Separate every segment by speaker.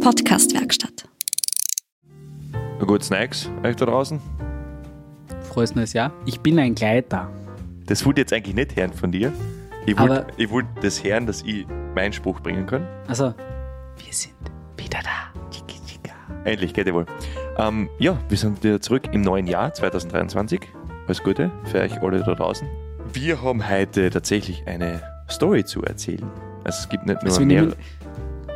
Speaker 1: Podcastwerkstatt.
Speaker 2: Ein gutes Neues, euch da draußen.
Speaker 3: Frohes neues Jahr. Ich bin ein Gleiter.
Speaker 2: Das wollte ich jetzt eigentlich nicht hören von dir. Ich wollte
Speaker 3: Aber-
Speaker 2: ich wollt das hören, dass ich meinen Spruch bringen kann.
Speaker 3: Also, wir sind wieder da.
Speaker 2: Endlich, geht ihr wohl. Ähm, ja, wir sind wieder zurück im neuen Jahr 2023. Alles Gute für euch alle da draußen. Wir haben heute tatsächlich eine Story zu erzählen. Also es gibt nicht nur
Speaker 3: Also wir,
Speaker 2: mehrere.
Speaker 3: nehmen,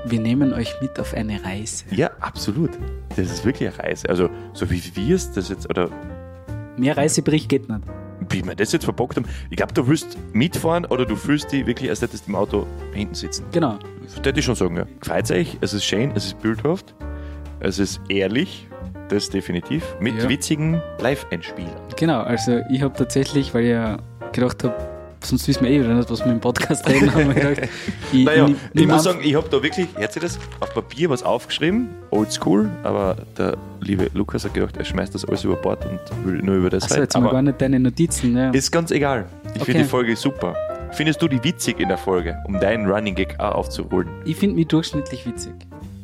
Speaker 3: wir nehmen euch mit auf eine Reise.
Speaker 2: Ja, absolut. Das ist wirklich eine Reise. Also, so wie wir es das jetzt, oder
Speaker 3: Mehr Reisebericht geht nicht.
Speaker 2: wie wir das jetzt verbockt haben, ich glaube, du willst mitfahren oder du fühlst dich wirklich, als hättest du im Auto hinten sitzen.
Speaker 3: Genau.
Speaker 2: Das hätte ich schon sagen, ja. Gefreut euch, es ist schön, es ist bildhaft, es ist ehrlich, das definitiv, mit
Speaker 3: Ja.
Speaker 2: witzigen Live-Einspielern.
Speaker 3: Genau. Also, ich habe tatsächlich, weil ich ja gedacht habe, sonst wissen wir eh wieder nicht, was wir im Podcast reden, haben wir gedacht, ich,
Speaker 2: Naja,
Speaker 3: nimm-
Speaker 2: ich
Speaker 3: nimm
Speaker 2: muss
Speaker 3: einfach-
Speaker 2: sagen, ich habe da wirklich, hört sich das, auf Papier was aufgeschrieben, oldschool, aber der liebe Lukas hat gedacht, er schmeißt das alles über Bord und will nur über das
Speaker 3: Achso,
Speaker 2: reden.
Speaker 3: jetzt haben wir
Speaker 2: Aber
Speaker 3: gar nicht deine Notizen. Ja.
Speaker 2: Ist ganz egal. Ich
Speaker 3: Okay.
Speaker 2: finde die Folge super. Findest du die witzig in der Folge, um deinen Running Gag auch aufzuholen?
Speaker 3: Ich finde mich durchschnittlich witzig.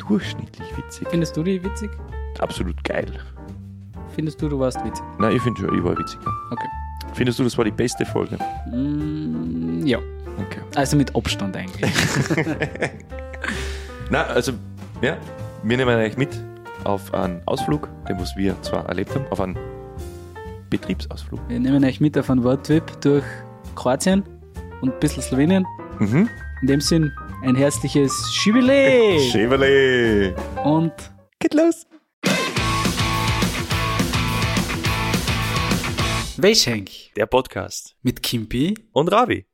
Speaker 2: Durchschnittlich witzig.
Speaker 3: Findest du die witzig?
Speaker 2: Absolut geil.
Speaker 3: Findest du, du warst witzig?
Speaker 2: Na, ich finde schon, ich war witziger.
Speaker 3: Okay.
Speaker 2: Findest du, das war die beste Folge?
Speaker 3: Mm, ja.
Speaker 2: Okay.
Speaker 3: Also mit Abstand eigentlich.
Speaker 2: Na, also, ja, wir nehmen euch mit auf einen Ausflug, den was wir zwar erlebt haben, auf einen Betriebsausflug.
Speaker 3: Wir nehmen euch mit auf einen Worldtrip durch Kroatien und ein bisschen Slowenien.
Speaker 2: Mhm.
Speaker 3: In dem Sinn ein herzliches Jubiläum
Speaker 2: Chevrolet!
Speaker 3: und
Speaker 2: Geht los!
Speaker 3: Weschenk
Speaker 2: Der Podcast.
Speaker 3: mit Kimpi.
Speaker 2: Und Ravi.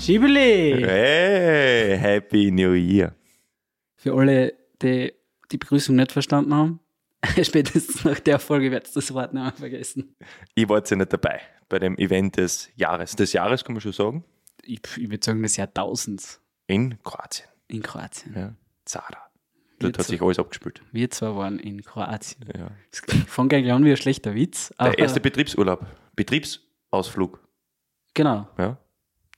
Speaker 3: Jubiläum!
Speaker 2: Hey, Happy New Year.
Speaker 3: Für alle, die die Begrüßung nicht verstanden haben, spätestens nach der Folge werdet ihr das Wort nicht mehr vergessen.
Speaker 2: Ich war jetzt ja nicht dabei bei dem Event des Jahres. Des Jahres kann man schon sagen.
Speaker 3: Ich, ich würde sagen, das Jahrtausends
Speaker 2: In Kroatien.
Speaker 3: in Kroatien.
Speaker 2: Ja. Zara. Dort
Speaker 3: Jetzt
Speaker 2: hat
Speaker 3: so.
Speaker 2: sich alles abgespielt.
Speaker 3: Wir zwei waren in Kroatien.
Speaker 2: Ja.
Speaker 3: Das fängt gleich an wie ein schlechter Witz.
Speaker 2: Der erste Betriebsurlaub. Betriebsausflug.
Speaker 3: genau,
Speaker 2: Ja.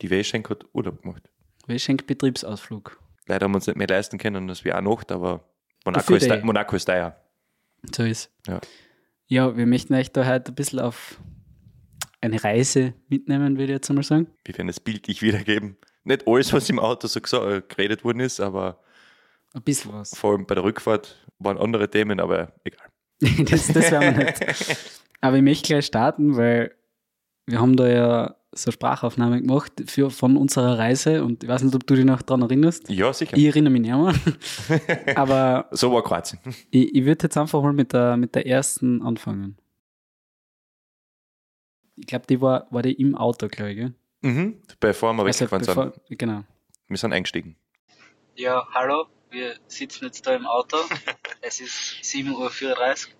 Speaker 2: Die Wäschenk hat Urlaub gemacht.
Speaker 3: Weschenk Betriebsausflug.
Speaker 2: Leider haben wir uns nicht mehr leisten können, das wäre auch Nacht, aber Monaco
Speaker 3: Dafür
Speaker 2: ist,
Speaker 3: der-
Speaker 2: teuer- Monaco ist teuer.
Speaker 3: So ist.
Speaker 2: Ja.
Speaker 3: Ja, wir möchten euch da heute ein bisschen auf eine Reise mitnehmen, würde ich jetzt einmal sagen.
Speaker 2: Wir werden es bildlich wiedergeben. Nicht alles, was im Auto so gesagt, äh, geredet worden ist, aber
Speaker 3: Ein bisschen was.
Speaker 2: vor allem bei der Rückfahrt waren andere Themen, aber egal.
Speaker 3: Das, das werden wir nicht. Aber ich möchte gleich starten, weil wir haben da ja so eine Sprachaufnahme gemacht für, von unserer Reise und ich weiß nicht, ob du dich noch daran erinnerst.
Speaker 2: Ja, sicher.
Speaker 3: Ich erinnere mich nicht mehr. Aber
Speaker 2: So war Kroatien.
Speaker 3: ich, ich würde jetzt einfach mal mit der, mit der ersten anfangen. Ich glaube, die war, war die im Auto, glaube ich. Gell?
Speaker 2: Mhm. Bevor wir
Speaker 3: Also
Speaker 2: weggefahren sind.
Speaker 3: bevor, genau.
Speaker 2: Wir sind eingestiegen.
Speaker 4: Ja, hallo, wir sitzen jetzt da im Auto. es ist 7.34 Uhr.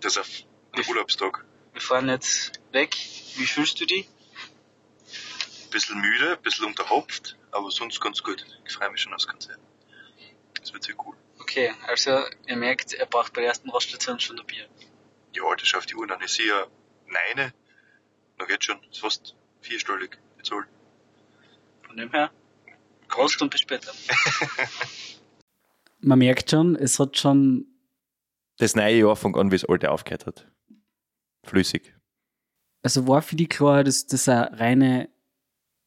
Speaker 5: Das ist ein Urlaubstag.
Speaker 4: Wir fahren jetzt weg. Wie fühlst du dich?
Speaker 5: Ein bisschen müde, ein bisschen unterhopft, aber sonst ganz gut. Ich freue mich schon aufs Konzert. Das wird sehr cool.
Speaker 4: Okay, also ihr merkt, er braucht bei der ersten Raststation schon ein Bier.
Speaker 5: Ja, Alter, schau auf die Uhr, dann ist sie ja neine. Na geht schon, ist fast vierstellig. Jetzt halt.
Speaker 4: Von dem her, Prost und bis später.
Speaker 3: Man merkt schon, es hat schon
Speaker 2: Das neue Jahr fängt an, wie es alte aufgehört hat. Flüssig.
Speaker 3: Also war für dich klar, dass das eine reine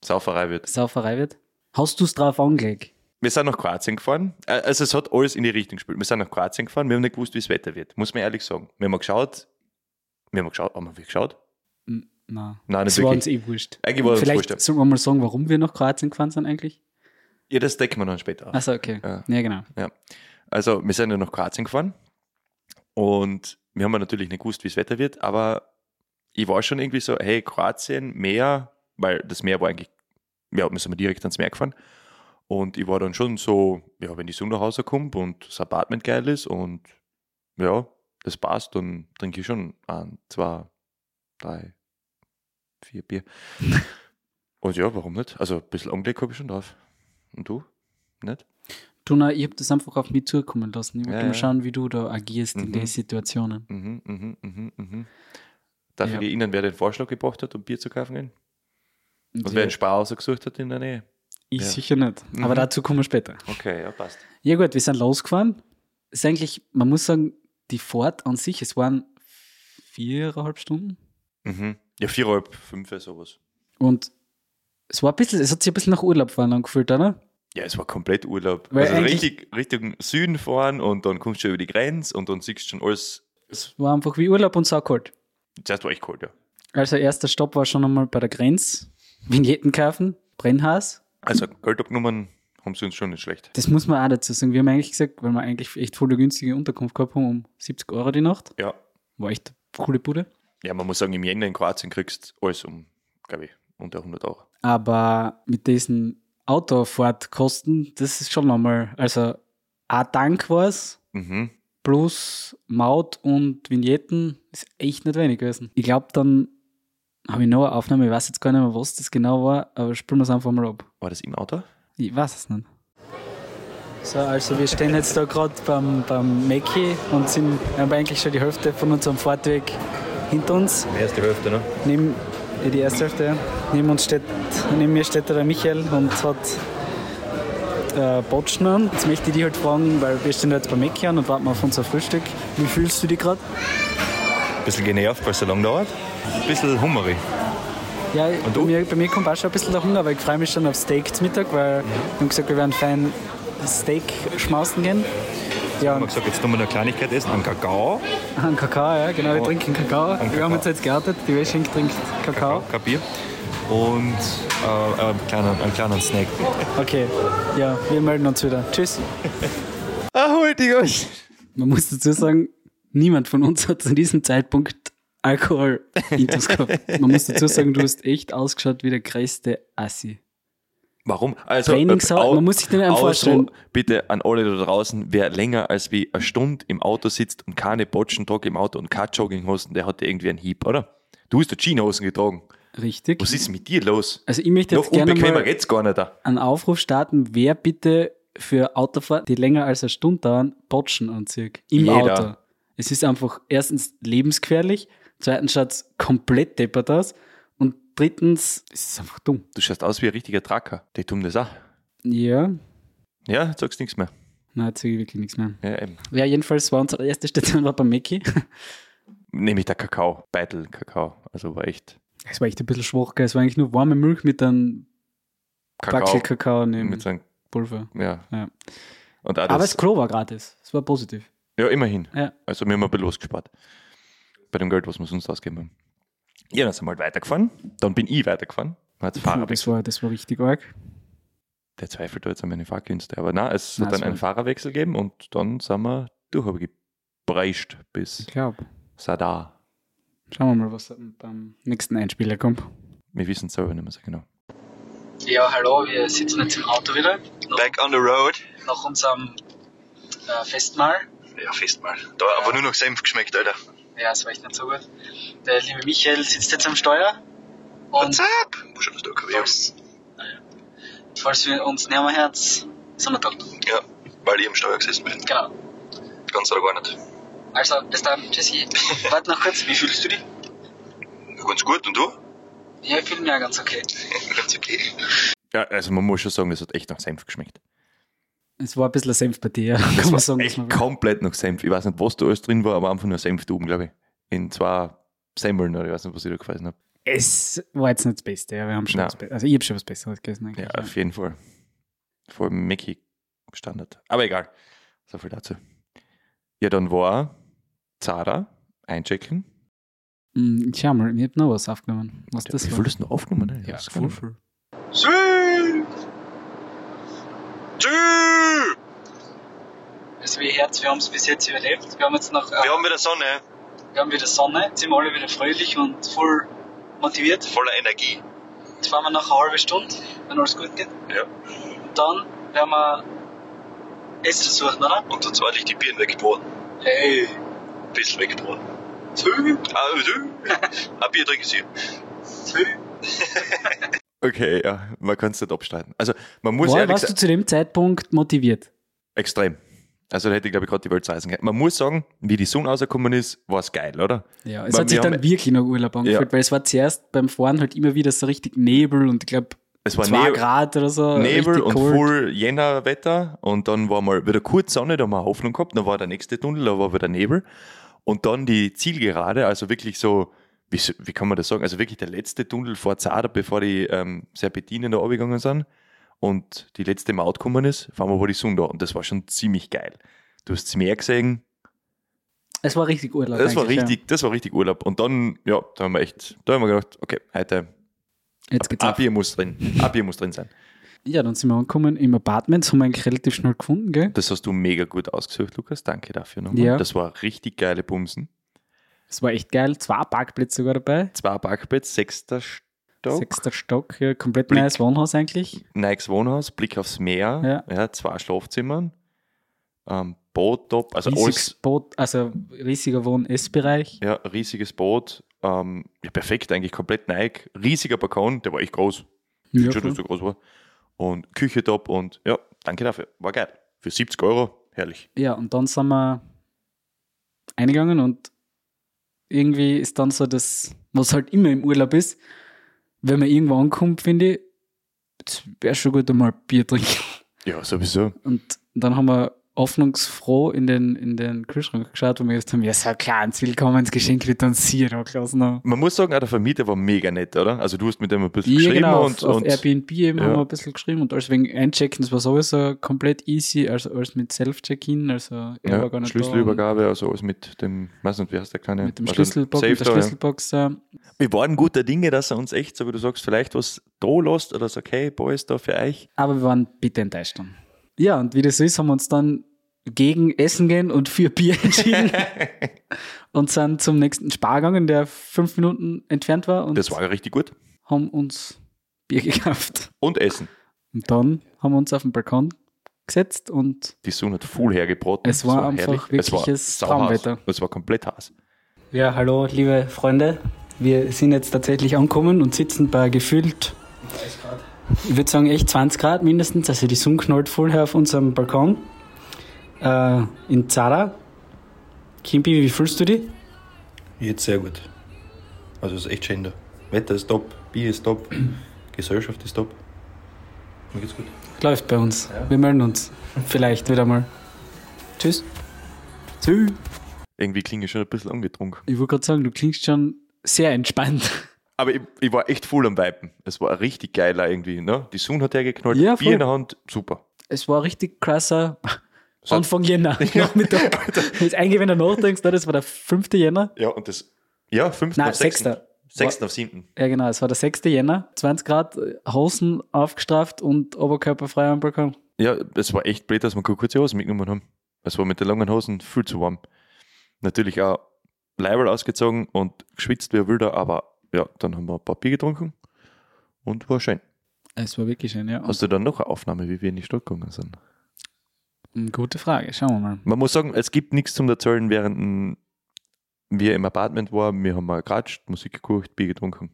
Speaker 2: Sauferei wird.
Speaker 3: Sauferei wird? Hast du es drauf angelegt?
Speaker 2: Wir sind nach Kroatien gefahren. Äh, Also es hat alles in die Richtung gespielt. Wir sind nach Kroatien gefahren. Wir haben nicht gewusst, wie das Wetter wird. Muss man ehrlich sagen. Wir haben geschaut. Wir haben geschaut. Haben wir geschaut?
Speaker 3: N- Nein.
Speaker 2: Nein, nicht
Speaker 3: Es war uns
Speaker 2: wirklich.
Speaker 3: eh wurscht.
Speaker 2: Eigentlich war uns
Speaker 3: Vielleicht
Speaker 2: wurscht.
Speaker 3: sollten wir mal sagen, warum wir nach Kroatien gefahren sind eigentlich?
Speaker 2: Ja, das decken wir dann später auf.
Speaker 3: Achso, okay.
Speaker 2: Ja.
Speaker 3: Ja, genau.
Speaker 2: Also wir sind ja nach Kroatien gefahren. Und wir haben ja natürlich nicht gewusst, wie das Wetter wird. Aber ich war schon irgendwie so, hey, Kroatien, Meer. Weil das Meer war eigentlich, ja, wir sind mal direkt ans Meer gefahren. Und ich war dann schon so, ja, wenn die Sonne nach Hause kommt und das Apartment geil ist und ja, das passt, dann trinke ich schon ein, zwei, drei, vier Bier. und ja, warum nicht? Also ein bisschen Augenblick habe ich schon drauf. Und du? Nicht?
Speaker 3: Du, na, ich habe das einfach auf mich zukommen lassen. Ich wollte
Speaker 2: Ja, Mhm.
Speaker 3: mal
Speaker 2: ja.
Speaker 3: schauen, wie du da agierst in
Speaker 2: Mhm.
Speaker 3: den Situationen.
Speaker 2: Mhm, mhm, mhm, mhm. Darf
Speaker 3: Ja.
Speaker 2: ich erinnern, wer den Vorschlag gebracht hat, um Bier zu kaufen gehen? Und
Speaker 3: Und
Speaker 2: wer
Speaker 3: ich
Speaker 2: einen Spar ausgesucht hat in der Nähe?
Speaker 3: ich
Speaker 2: ja.
Speaker 3: sicher nicht. Aber
Speaker 2: Mhm.
Speaker 3: dazu kommen wir später.
Speaker 2: Okay, ja, passt.
Speaker 3: Ja gut, wir sind losgefahren. Es ist eigentlich, man muss sagen, die Fahrt an sich, es waren viereinhalb Stunden.
Speaker 2: Mhm. Ja, viereinhalb, fünf, sowas.
Speaker 3: Und es war ein bisschen, es hat sich ein bisschen nach Urlaub fahren angefühlt, oder?
Speaker 2: Ja, es war komplett Urlaub.
Speaker 3: Weil
Speaker 2: also
Speaker 3: eigentlich-
Speaker 2: richtig Richtung Süden fahren und dann kommst du schon über die Grenze und dann siehst du schon alles.
Speaker 3: Es war einfach wie Urlaub und saukalt.
Speaker 2: Zuerst war echt kalt, ja.
Speaker 3: Also erster Stopp war schon einmal bei der Grenz. Vignettenkaufen, Brennhaas.
Speaker 2: Also Geld abgenommen haben sie uns schon nicht schlecht.
Speaker 3: Das muss man auch dazu sagen. Wir haben eigentlich gesagt, weil wir eigentlich echt voll eine günstige Unterkunft gehabt haben, um 70 Euro die Nacht.
Speaker 2: Ja.
Speaker 3: War echt eine coole Bude.
Speaker 2: Ja, man muss sagen, im Jänner in Kroatien kriegst du alles um, glaube ich, unter 100 Euro.
Speaker 3: Aber mit diesen Autofahrtkosten, das ist schon einmal, also ein Tank war es,
Speaker 2: Mhm.
Speaker 3: plus Maut und Vignetten ist echt nicht wenig gewesen. Ich glaube, dann habe ich noch eine Aufnahme, ich weiß jetzt gar nicht mehr, was das genau war, aber spielen wir es einfach mal ab.
Speaker 2: War das im Auto?
Speaker 3: Ich weiß es nicht. So, also wir stehen jetzt da gerade beim, beim Mackie und sind haben eigentlich schon die Hälfte von unserem Fahrtweg hinter uns.
Speaker 2: Die erste Hälfte, ne?
Speaker 3: Neben, eh, die erste Hälfte, ja. neben, uns steht, neben mir steht da der Michael und hat äh, Botschen an. Jetzt möchte ich dich halt fragen, weil wir stehen da jetzt beim Mackie an und warten auf unser Frühstück. Wie fühlst du dich gerade?
Speaker 2: Ein bisschen genervt, weil es so lange dauert. Ein bisschen hummerig.
Speaker 3: Ja, bei
Speaker 2: du?
Speaker 3: mir, bei mir kommt auch schon ein bisschen der Hunger, aber ich freue mich schon auf Steak zum Mittag, weil
Speaker 2: Mhm.
Speaker 3: wir haben gesagt, wir werden fein Steak schmausen gehen. Ja, und
Speaker 2: gesagt, jetzt tun wir eine Kleinigkeit essen, einen Kakao.
Speaker 3: Ein Kakao, ja, genau, wir trinken Kakao. Wir
Speaker 2: Oh. Kakao.
Speaker 3: haben uns jetzt geartet, die Wäschink trinkt Kakao.
Speaker 2: Kein Bier. Und äh, einen, kleinen, einen kleinen Snack.
Speaker 3: Okay, ja, wir melden uns wieder. Tschüss.
Speaker 2: Ah, holt die euch!
Speaker 3: Man muss dazu sagen, niemand von uns hat zu diesem Zeitpunkt Alkohol intus gehabt. Man muss dazu sagen, du hast echt ausgeschaut wie der größte Assi.
Speaker 2: Warum? Also,
Speaker 3: Trainingshaus,
Speaker 2: au-
Speaker 3: man muss sich den einem
Speaker 2: Ausruf
Speaker 3: vorstellen.
Speaker 2: Bitte an alle da draußen, wer länger als wie eine Stunde im Auto sitzt und keine Botschentrocke im Auto und keine Jogginghosen, der hat irgendwie einen Hieb, oder? Du hast doch Jeanshosen getragen.
Speaker 3: Richtig.
Speaker 2: Was ist mit dir los?
Speaker 3: Also ich möchte
Speaker 2: Noch
Speaker 3: jetzt gerne
Speaker 2: unbequemer
Speaker 3: mal
Speaker 2: geht's gar nicht. Da.
Speaker 3: einen Aufruf starten, wer bitte für Autofahrten, die länger als eine Stunde dauern, Botschen anzieht. Im
Speaker 2: Jeder.
Speaker 3: Auto. Es ist einfach erstens lebensgefährlich, zweitens schaut es komplett deppert aus und drittens es ist einfach dumm.
Speaker 2: Du schaust aus wie ein richtiger Tracker. Die tun das auch.
Speaker 3: Ja,
Speaker 2: Ja, sagst nichts mehr.
Speaker 3: nein, jetzt sage ich wirklich nichts mehr.
Speaker 2: Ja, eben.
Speaker 3: Ja, jedenfalls war unsere erste Station war bei Mackie.
Speaker 2: Nämlich der Kakao. Beitel Kakao. Also war echt
Speaker 3: Es war echt ein bisschen schwach, gell. es war eigentlich nur warme Milch mit einem
Speaker 2: Kakao.
Speaker 3: Backel Kakao neben
Speaker 2: Mit seinem,
Speaker 3: Pulver.
Speaker 2: ja.
Speaker 3: Mhm. Ja.
Speaker 2: Und auch
Speaker 3: Aber
Speaker 2: das,
Speaker 3: das Klo war gratis, es war positiv.
Speaker 2: ja, immerhin.
Speaker 3: Ja.
Speaker 2: Also wir haben ein bisschen losgespart. Bei dem Geld, was wir sonst ausgeben haben. Ja, dann sind wir halt weitergefahren. Dann bin ich weitergefahren. Dann hat's Fahrer
Speaker 3: Puh, das, war, das war richtig arg.
Speaker 2: Der zweifelt da jetzt an meine Fahrkünste. Aber nein, es
Speaker 3: Nein,
Speaker 2: hat dann
Speaker 3: es
Speaker 2: einen
Speaker 3: war-
Speaker 2: Fahrerwechsel gegeben und dann sind wir durch, habe ich gepreischt bis
Speaker 3: Ich glaube.
Speaker 2: Sadar.
Speaker 3: Schauen wir mal, was beim nächsten Einspieler kommt.
Speaker 2: Wir wissen es selber nicht mehr so genau.
Speaker 4: Ja, hallo, wir sitzen jetzt im Auto wieder. Nach,
Speaker 6: Back on the road.
Speaker 4: nach unserem äh, Festmahl.
Speaker 6: Ja, fest mal. Da hat aber nur noch Senf geschmeckt, Alter.
Speaker 4: Ja, es war echt nicht so gut. Der liebe Michael sitzt jetzt am Steuer. Und
Speaker 6: What's up? Wo schon das LKW? ab?
Speaker 4: falls, naja, falls wir uns näher Herz, sind wir da.
Speaker 6: Ja, weil ich am Steuer gesessen bin.
Speaker 4: Genau.
Speaker 6: Ganz oder gar nicht.
Speaker 4: Also, bis dann, Jesse. Warte noch kurz.
Speaker 6: Wie fühlst du dich? Ganz gut, und du?
Speaker 4: Ja, ich fühle mich auch ganz okay.
Speaker 6: Ganz okay.
Speaker 2: Ja, also man muss schon sagen, das hat echt nach Senf geschmeckt.
Speaker 3: Es war ein bisschen eine Senfpartie, ja. kann
Speaker 2: Das
Speaker 3: man
Speaker 2: war
Speaker 3: sagen. dass
Speaker 2: echt
Speaker 3: man-
Speaker 2: komplett nach Senf. Ich weiß nicht, was da alles drin war, aber einfach nur Senftuben, glaube ich. In zwei Semmeln oder ich weiß nicht, was ich da gefressen habe.
Speaker 3: Es war jetzt nicht das Beste, ja. Wir haben schon
Speaker 2: Nein.
Speaker 3: was Be- also ich habe schon was Besseres gegessen.
Speaker 2: Ja,
Speaker 3: Eigentlich, ja.
Speaker 2: auf jeden Fall. Vor allem Mickey Standard. Aber egal. So viel dazu. Ja, dann war Zara einchecken.
Speaker 3: Mm, Schau mal, ich habe noch was aufgenommen. Was
Speaker 2: Ja,
Speaker 3: das
Speaker 2: Wie
Speaker 3: war.
Speaker 2: viel ist noch aufgenommen? Ne?
Speaker 3: Ja,
Speaker 2: Das
Speaker 3: voll,
Speaker 2: kann-
Speaker 3: voll.
Speaker 6: Sü! Sü!
Speaker 4: Also, wie Herz, wir haben es bis jetzt überlebt. Wir haben jetzt noch, äh,
Speaker 6: Wir haben wieder Sonne,
Speaker 4: wir haben wieder Sonne. Jetzt sind wir alle wieder fröhlich und voll motiviert.
Speaker 6: voller Energie.
Speaker 4: Jetzt fahren wir nach einer halben Stunde, wenn alles gut geht.
Speaker 6: Ja.
Speaker 4: Und dann werden wir Essen suchen, oder?
Speaker 6: Und dann zwar die Birnen weggebrochen.
Speaker 4: Hey.
Speaker 6: Ein bisschen weggebrochen. Sü! Ah, sü! Ein Bier trinken Sie.
Speaker 2: Okay, ja, man kann es nicht abstreiten. Also man muss
Speaker 3: war,
Speaker 2: ehrlich
Speaker 3: warst du
Speaker 2: sagen,
Speaker 3: zu dem Zeitpunkt motiviert?
Speaker 2: extrem. Also da hätte ich, glaube ich, gerade die Welt zerreißen können. Man muss sagen, wie die Sonne rausgekommen ist, war es geil, oder?
Speaker 3: Ja, es
Speaker 2: Weil
Speaker 3: hat sich
Speaker 2: wir
Speaker 3: dann
Speaker 2: haben-
Speaker 3: wirklich noch Urlaub angefühlt,
Speaker 2: Ja.
Speaker 3: weil es war zuerst beim Fahren halt immer wieder so richtig Nebel und ich glaube
Speaker 2: Es war
Speaker 3: zwei
Speaker 2: Nebel-
Speaker 3: Grad oder so.
Speaker 2: Nebel
Speaker 3: Ah, richtig
Speaker 2: und
Speaker 3: cold.
Speaker 2: voll Jännerwetter und dann war mal wieder kurz Sonne, da haben wir eine Hoffnung gehabt, dann war der nächste Tunnel, da war wieder Nebel und dann die Zielgerade, also wirklich so, wie, so- wie kann man das sagen, also wirklich der letzte Tunnel vor Zadar, bevor die ähm, Serpentinen da abgegangen sind und die letzte Maut gekommen ist, fahren wir vor die Sonne da und das war schon ziemlich geil. Du hast das Meer gesehen,
Speaker 3: Es war richtig Urlaub.
Speaker 2: das war
Speaker 3: eigentlich,
Speaker 2: richtig, das war richtig Urlaub und dann, ja, da haben wir echt, da haben wir gedacht, okay, heute,
Speaker 3: Ja. Jetzt geht's
Speaker 2: ab
Speaker 3: ab.
Speaker 2: hier muss drin, ab hier muss drin sein.
Speaker 3: Ja, dann sind wir angekommen im Apartment, das haben wir eigentlich relativ schnell gefunden, gell?
Speaker 2: Das hast du mega gut ausgesucht, Lukas. Danke dafür nochmal.
Speaker 3: Ja.
Speaker 2: Das war richtig geile Bumsen.
Speaker 3: Es war echt geil, zwei Parkplätze sogar dabei.
Speaker 2: Zwei Parkplätze, sechster Stock,
Speaker 3: Sechster Stock, ja, komplett
Speaker 2: Blick.
Speaker 3: neues Wohnhaus eigentlich.
Speaker 2: Nikes Wohnhaus, Blick aufs Meer, ja. zwei Schlafzimmern, ähm, Boot top, also
Speaker 3: Riesiges
Speaker 2: alles,
Speaker 3: Boot, also riesiger Wohn-Essbereich.
Speaker 2: ja, riesiges Boot, ähm, ja, perfekt eigentlich, komplett Nike, riesiger Balkon, der war echt groß, ich
Speaker 3: Ja,
Speaker 2: schon, dass
Speaker 3: voll.
Speaker 2: der groß war, und Küche top und ja, danke dafür, war geil. Für 70 Euro, herrlich.
Speaker 3: ja, und dann sind wir eingegangen und irgendwie ist dann so das, was halt immer im Urlaub ist, wenn man irgendwo ankommt, finde ich, es wäre schon gut, einmal Bier trinken.
Speaker 2: Ja, sowieso.
Speaker 3: Und dann haben wir hoffnungsfroh in den, in den Kühlschrank geschaut und wir gesagt haben, ja, so ein kleines Willkommensgeschenk wird uns hier angelassen. haben.
Speaker 2: Man muss sagen, auch der Vermieter war mega nett, oder? Also du hast mit dem ein bisschen
Speaker 3: Ja,
Speaker 2: geschrieben
Speaker 3: genau,
Speaker 2: und,
Speaker 3: auf, auf
Speaker 2: und
Speaker 3: Airbnb eben
Speaker 2: ja.
Speaker 3: haben wir ein bisschen geschrieben und alles wegen Einchecken, das war sowieso komplett easy, also alles mit Self-Check-In, also er war gar
Speaker 2: Ja,
Speaker 3: nicht
Speaker 2: Schlüsselübergabe, also alles mit dem, weiß nicht, wie heißt der
Speaker 3: da
Speaker 2: kleine?
Speaker 3: und mit dem
Speaker 2: also
Speaker 3: Schlüsselbox,
Speaker 2: Safe
Speaker 3: mit der
Speaker 2: da, ja.
Speaker 3: Schlüsselbox. äh, da.
Speaker 2: Wir waren guter Dinge, dass er uns echt, so wie du sagst, vielleicht was da lässt oder sagt, hey, Boys, da für euch.
Speaker 3: Aber wir waren bitte enttäuscht dann. Ja, und wie das so ist, haben wir uns dann gegen Essen gehen und für Bier entschieden und sind zum nächsten Spar gegangen, der fünf Minuten entfernt war und
Speaker 2: Das war ja richtig gut.
Speaker 3: haben uns Bier gekauft.
Speaker 2: Und Essen.
Speaker 3: Und dann haben wir uns auf den Balkon gesetzt und
Speaker 2: Die Sonne hat voll hergebroten.
Speaker 3: Es war einfach
Speaker 2: Es war sauheiß.
Speaker 3: wirkliches Traumwetter.
Speaker 2: Es war komplett heiß.
Speaker 3: Ja, hallo, liebe Freunde. Wir sind jetzt tatsächlich angekommen und sitzen bei gefühlt, ich würde sagen, echt 20 Grad mindestens. Also die Sonne knallt voll her auf unserem Balkon äh, in Zara. Kimpi, wie fühlst du dich?
Speaker 7: Jetzt sehr gut. Also es ist echt schön da. Wetter ist top, Bier ist top, Gesellschaft ist top. Mir geht's gut.
Speaker 3: Läuft bei uns. Wir melden uns. Vielleicht wieder mal. Tschüss. Tschüss.
Speaker 2: Irgendwie klinge ich schon ein bisschen angetrunken.
Speaker 3: Ich wollte gerade sagen, du klingst schon sehr entspannt.
Speaker 2: Aber ich, ich war echt voll am Weipen. Es war richtig geiler irgendwie. Ne? Die Sonne hat hergeknallt,
Speaker 3: Ja, voll.
Speaker 2: Bier in der Hand, super.
Speaker 3: Es war richtig krasser
Speaker 2: So.
Speaker 3: Anfang Jänner, Nachmittag. Jetzt eigentlich, wenn du nachdenkst, das war der 5. Jänner.
Speaker 2: Ja, und das. Ja, 5.
Speaker 3: Nein,
Speaker 2: auf 6.
Speaker 3: sechster.
Speaker 2: 6. auf 7.
Speaker 3: Ja, genau, es war der 6. Jänner, 20 Grad, äh, Hosen aufgestrafft und oberkörperfrei am Balkon.
Speaker 2: Ja, es war echt blöd, dass wir keine kurze Hosen mitgenommen haben. Es war mit den langen Hosen viel zu warm. Natürlich auch Leiberl ausgezogen und geschwitzt wie ein Wilder, aber ja, dann haben wir ein paar Bier getrunken und war schön.
Speaker 3: Es war wirklich schön, ja.
Speaker 2: Hast du dann noch eine Aufnahme, wie wir in die Stadt gegangen sind?
Speaker 3: Und Gute Frage, schauen wir mal.
Speaker 2: Man muss sagen, es gibt nichts zum Erzählen, während wir im Apartment waren. Wir haben mal geratscht, Musik gekocht, Bier getrunken.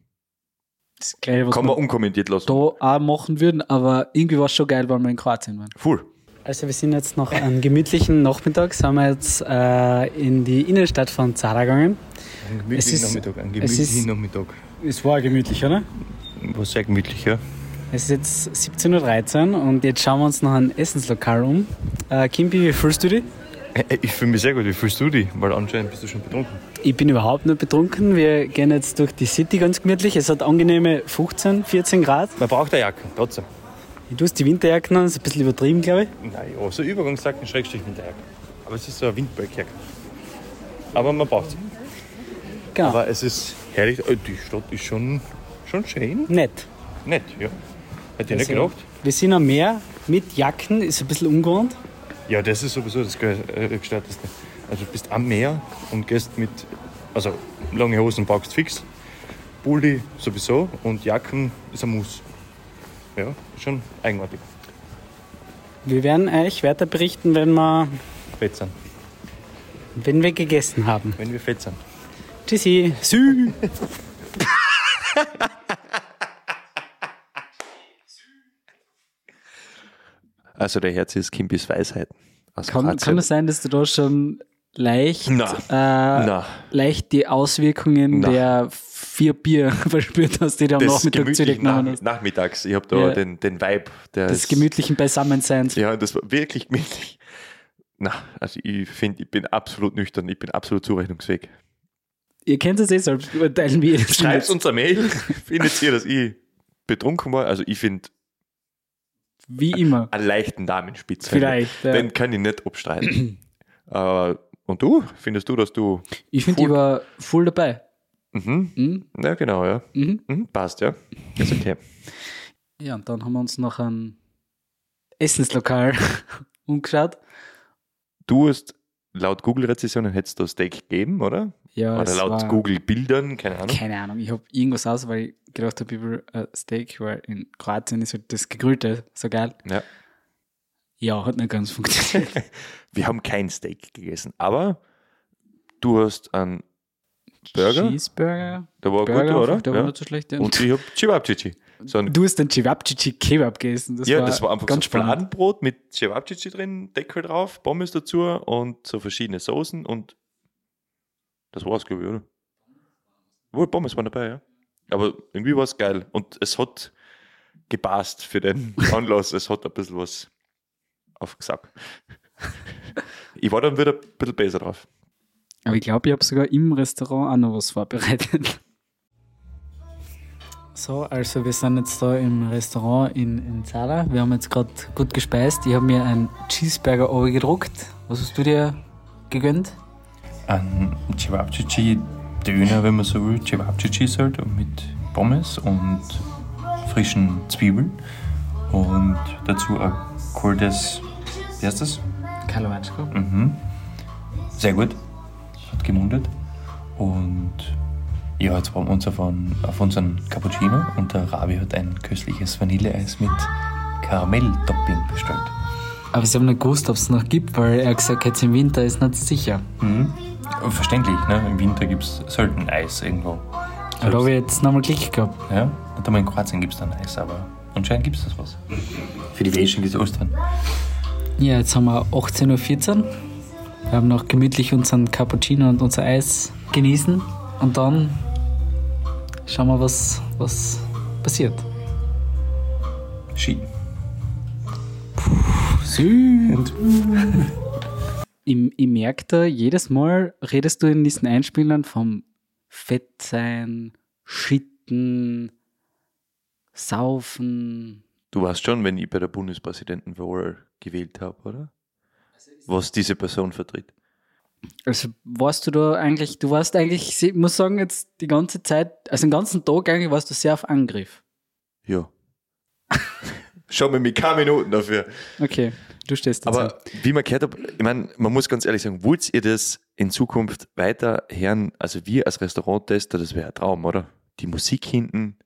Speaker 3: Das Gleiche, was
Speaker 2: Kann man
Speaker 3: wir
Speaker 2: unkommentiert lassen.
Speaker 3: da auch machen würden, aber irgendwie war es schon geil, weil wir in Kroatien waren.
Speaker 2: Full.
Speaker 4: Also wir sind jetzt noch am gemütlichen Nachmittag, sind wir jetzt äh, in die Innenstadt von Zara gegangen.
Speaker 7: Ein
Speaker 4: Es
Speaker 7: gemütlichen
Speaker 4: ist-
Speaker 7: Nachmittag, ein
Speaker 4: es
Speaker 7: gemütlichen
Speaker 4: ist-
Speaker 7: Nachmittag.
Speaker 4: Es war gemütlich, oder?
Speaker 7: War sehr gemütlich, ja.
Speaker 4: Es ist jetzt 17.13 Uhr und jetzt schauen wir uns noch ein Essenslokal um. Äh, Kimpi, wie fühlst du dich?
Speaker 7: Äh, Ich fühle mich sehr gut. Wie fühlst du dich? Weil anscheinend bist du schon betrunken.
Speaker 4: Ich bin überhaupt nicht betrunken. Wir gehen jetzt durch die City ganz gemütlich. Es hat angenehme 15, 14 Grad.
Speaker 7: Man braucht eine Jacke, trotzdem.
Speaker 4: Du hast die Winterjacken an, ist ein bisschen übertrieben, glaube ich.
Speaker 7: Nein, ja, so Übergangsjacken, Schrägstrich Winterjacke. Aber es ist so eine Windbreakjacke. Aber man braucht sie.
Speaker 4: Genau.
Speaker 7: Aber es ist herrlich. Äh, Die Stadt ist schon, schon schön.
Speaker 4: Nett.
Speaker 7: Nett, ja. Hätte ich nicht
Speaker 4: Also,
Speaker 7: gedacht.
Speaker 4: Wir sind am Meer mit Jacken, ist ein bisschen ungewohnt.
Speaker 7: Ja, das ist sowieso das Ge- äh, Gestörteste. Also du bist am Meer und gehst mit, also lange Hosen brauchst du fix, Bulli sowieso und Jacken ist ein Muss. Ja, ist schon eigenartig.
Speaker 4: Wir werden euch weiter berichten, wenn wir,
Speaker 7: Fett sein,
Speaker 4: wenn wir gegessen haben.
Speaker 7: wenn wir fett sind.
Speaker 4: Tschüssi. Sü.
Speaker 2: Also der Herz ist Kimpis Weisheiten. aus
Speaker 3: Kann,
Speaker 2: Kroatien.
Speaker 3: kann es sein, dass du da schon leicht,
Speaker 2: Na.
Speaker 3: äh,
Speaker 2: Na,
Speaker 3: leicht die Auswirkungen
Speaker 2: Na.
Speaker 3: der vier Bier verspürt hast, die du am
Speaker 2: des
Speaker 3: Nachmittag zu dir
Speaker 2: gemütlichen
Speaker 3: genommen
Speaker 2: Nach
Speaker 3: hast?
Speaker 2: Nachmittags. Ich habe da
Speaker 3: Ja.
Speaker 2: den, den Vibe. Der
Speaker 3: Des gemütlichen Beisammenseins.
Speaker 2: Ja, das war wirklich gemütlich. Na, also ich finde, ich bin absolut nüchtern, ich bin absolut zurechnungsfähig.
Speaker 3: Ihr kennt es eh selbst, urteilen wir jetzt.
Speaker 2: Schreibt uns eine Mail, findet ihr, dass ich betrunken war. Also ich finde
Speaker 3: Wie immer.
Speaker 2: einen leichten Damenspitz.
Speaker 3: Vielleicht. Ja.
Speaker 2: Den kann ich nicht abstreiten. äh, und du? Findest du, dass du.
Speaker 3: Ich finde,
Speaker 2: Full-
Speaker 3: ich war voll dabei.
Speaker 2: Mhm.
Speaker 3: Mhm.
Speaker 2: Ja, genau, ja.
Speaker 3: Mhm.
Speaker 2: Mhm, passt, ja. Ist okay.
Speaker 3: Ja, und dann haben wir uns noch ein Essenslokal umgeschaut.
Speaker 2: Du hast laut Google-Rezessionen hättest du Steak gegeben, oder?
Speaker 3: Ja,
Speaker 2: Oder
Speaker 3: es
Speaker 2: laut
Speaker 3: war-
Speaker 2: Google-Bildern, keine Ahnung.
Speaker 3: Keine Ahnung, ich habe irgendwas aus, weil ich gedacht habe, ich will ein Steak, weil in Kroatien ist halt das Gegrillte so geil.
Speaker 2: Ja.
Speaker 3: Ja, hat nicht ganz funktioniert.
Speaker 2: Wir haben kein Steak gegessen, aber du hast einen Burger.
Speaker 3: Cheeseburger.
Speaker 2: Der war
Speaker 3: Burger,
Speaker 2: gut, oder?
Speaker 3: Der war
Speaker 2: ja.
Speaker 3: nicht so schlecht. Ja.
Speaker 2: Und ich habe Chibabchichi. So ein,
Speaker 3: du hast den Chivapchichi Kebab gegessen. Das
Speaker 2: ja,
Speaker 3: war
Speaker 2: das war einfach
Speaker 3: ganz
Speaker 2: so
Speaker 3: spannend.
Speaker 2: Fladenbrot mit Chibabchichi drin, Deckel drauf, Pommes dazu und so verschiedene Soßen und das war's, glaube ich, oder? Wohl, Pommes waren dabei, ja. Aber irgendwie war es geil und es hat gepasst für den Anlass. es hat ein bisschen was aufgesagt. ich war dann wieder ein bisschen besser drauf.
Speaker 3: Aber ich glaube, ich habe sogar im Restaurant auch noch was vorbereitet. So, also wir sind jetzt da im Restaurant in, in Zala. Wir haben jetzt gerade gut gespeist. Ich habe mir einen Cheeseburger gedruckt. Was hast du dir gegönnt?
Speaker 8: Ein Cevapcici-Döner, Ähm, wenn man so will. Cevapcici ist halt und mit Pommes und frischen Zwiebeln. Und dazu ein kaltes, wie heißt das?
Speaker 3: Kalowatschko.
Speaker 8: Mhm. Sehr gut. Hat gemundet. Und ja, jetzt waren wir uns auf, einen, auf unseren Cappuccino und der Rabi hat ein köstliches Vanilleeis mit Karamell-Topping bestellt.
Speaker 3: Aber sie haben nicht gewusst, ob es noch gibt, weil er gesagt hat, im Winter ist nicht sicher.
Speaker 8: Mhm. Verständlich, ne? Im Winter gibt es selten Eis irgendwo.
Speaker 3: Aber da habe ich jetzt nochmal Glück gehabt.
Speaker 8: Ja, nicht einmal in Kroatien gibt es dann Eis, aber anscheinend gibt es das was. Für die Welschen gibt es alles drin.
Speaker 3: Ja, jetzt haben wir 18.14 Uhr. Wir haben noch gemütlich unseren Cappuccino und unser Eis genießen. Und dann schauen wir, was, was passiert.
Speaker 8: Ski.
Speaker 3: Süd. ich, ich merke da, jedes Mal redest du in diesen Einspielern vom Fettsein, Schitten, Saufen.
Speaker 2: Du weißt schon, wenn ich bei der Bundespräsidentenwahl gewählt habe, oder? Was diese Person vertritt.
Speaker 3: Also warst du da eigentlich, du warst eigentlich, ich muss sagen, jetzt die ganze Zeit, also den ganzen Tag eigentlich warst du sehr auf Angriff.
Speaker 2: Ja. Schau mir mit keine Minuten dafür.
Speaker 3: Okay, du stehst dazu.
Speaker 2: Aber wie man gehört hat, ich meine, man muss ganz ehrlich sagen, wollt ihr das in Zukunft weiter hören? Also wir als Restauranttester, das wäre ein Traum, oder? Die Musik hinten,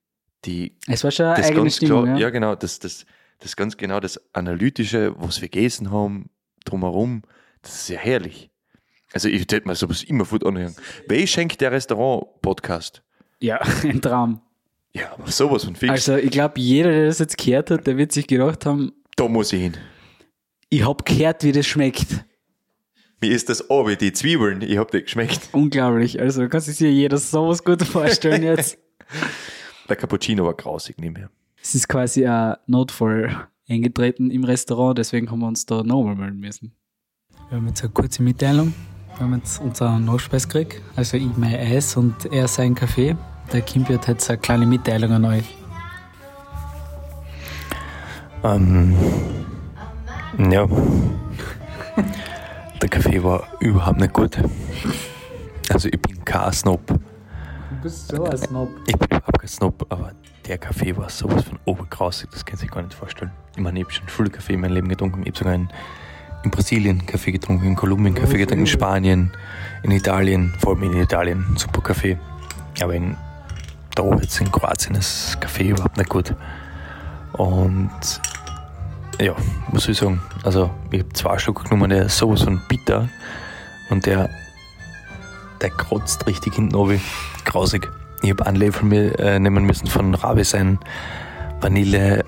Speaker 2: die
Speaker 3: es war schon eine
Speaker 2: das
Speaker 3: eigene
Speaker 2: ganz
Speaker 3: Stimmung,
Speaker 2: klar, ja.
Speaker 3: ja.
Speaker 2: genau, das, das, das ganz genau, das Analytische, was wir gelesen haben, drumherum, das ist ja herrlich. Also ich hätte mir sowas immer gut anhören. Wer schenkt der Restaurant-Podcast?
Speaker 3: Ja, ein Traum.
Speaker 2: Ja, aber sowas von fix.
Speaker 3: Also ich glaube, jeder, der das jetzt gehört hat, der wird sich gedacht haben,
Speaker 2: da muss ich hin.
Speaker 3: ich habe gehört, wie das schmeckt.
Speaker 2: Mir ist das aber die Zwiebeln, ich hab die geschmeckt.
Speaker 3: Unglaublich. Also du kannst dir jeder sowas gut vorstellen jetzt.
Speaker 2: Der Cappuccino war grausig, nicht mehr.
Speaker 3: es ist quasi ein Notfall eingetreten im Restaurant, deswegen haben wir uns da nochmal melden müssen. Wir haben jetzt eine kurze Mitteilung. Wir haben jetzt unseren Nachspeis gekriegt. Also ich mein Eis und er seinen Kaffee. Der Kimpi hat jetzt eine kleine Mitteilung an euch.
Speaker 8: Ähm, ja. Der Kaffee war überhaupt nicht gut. Also ich bin kein Snob.
Speaker 3: Du bist so ein Snob.
Speaker 8: Ich bin überhaupt kein Snob, aber der Kaffee war sowas von obergrausig, das kann sich gar nicht vorstellen. Ich meine, ich habe schon viel Kaffee in meinem Leben getrunken. Ich habe sogar in, in Brasilien Kaffee getrunken, in Kolumbien Kaffee getrunken, in Spanien, in Italien, vor allem in Italien, super Kaffee. Aber in, da oben jetzt in Kroatien ist Kaffee überhaupt nicht gut. Und ja, was soll ich sagen? Also, ich habe zwei Stück genommen, der ist sowas von bitter und der, der kratzt richtig hinten oben. Grausig. Ich habe einen Löffel mir, äh, nehmen müssen von Rabi sein Vanille,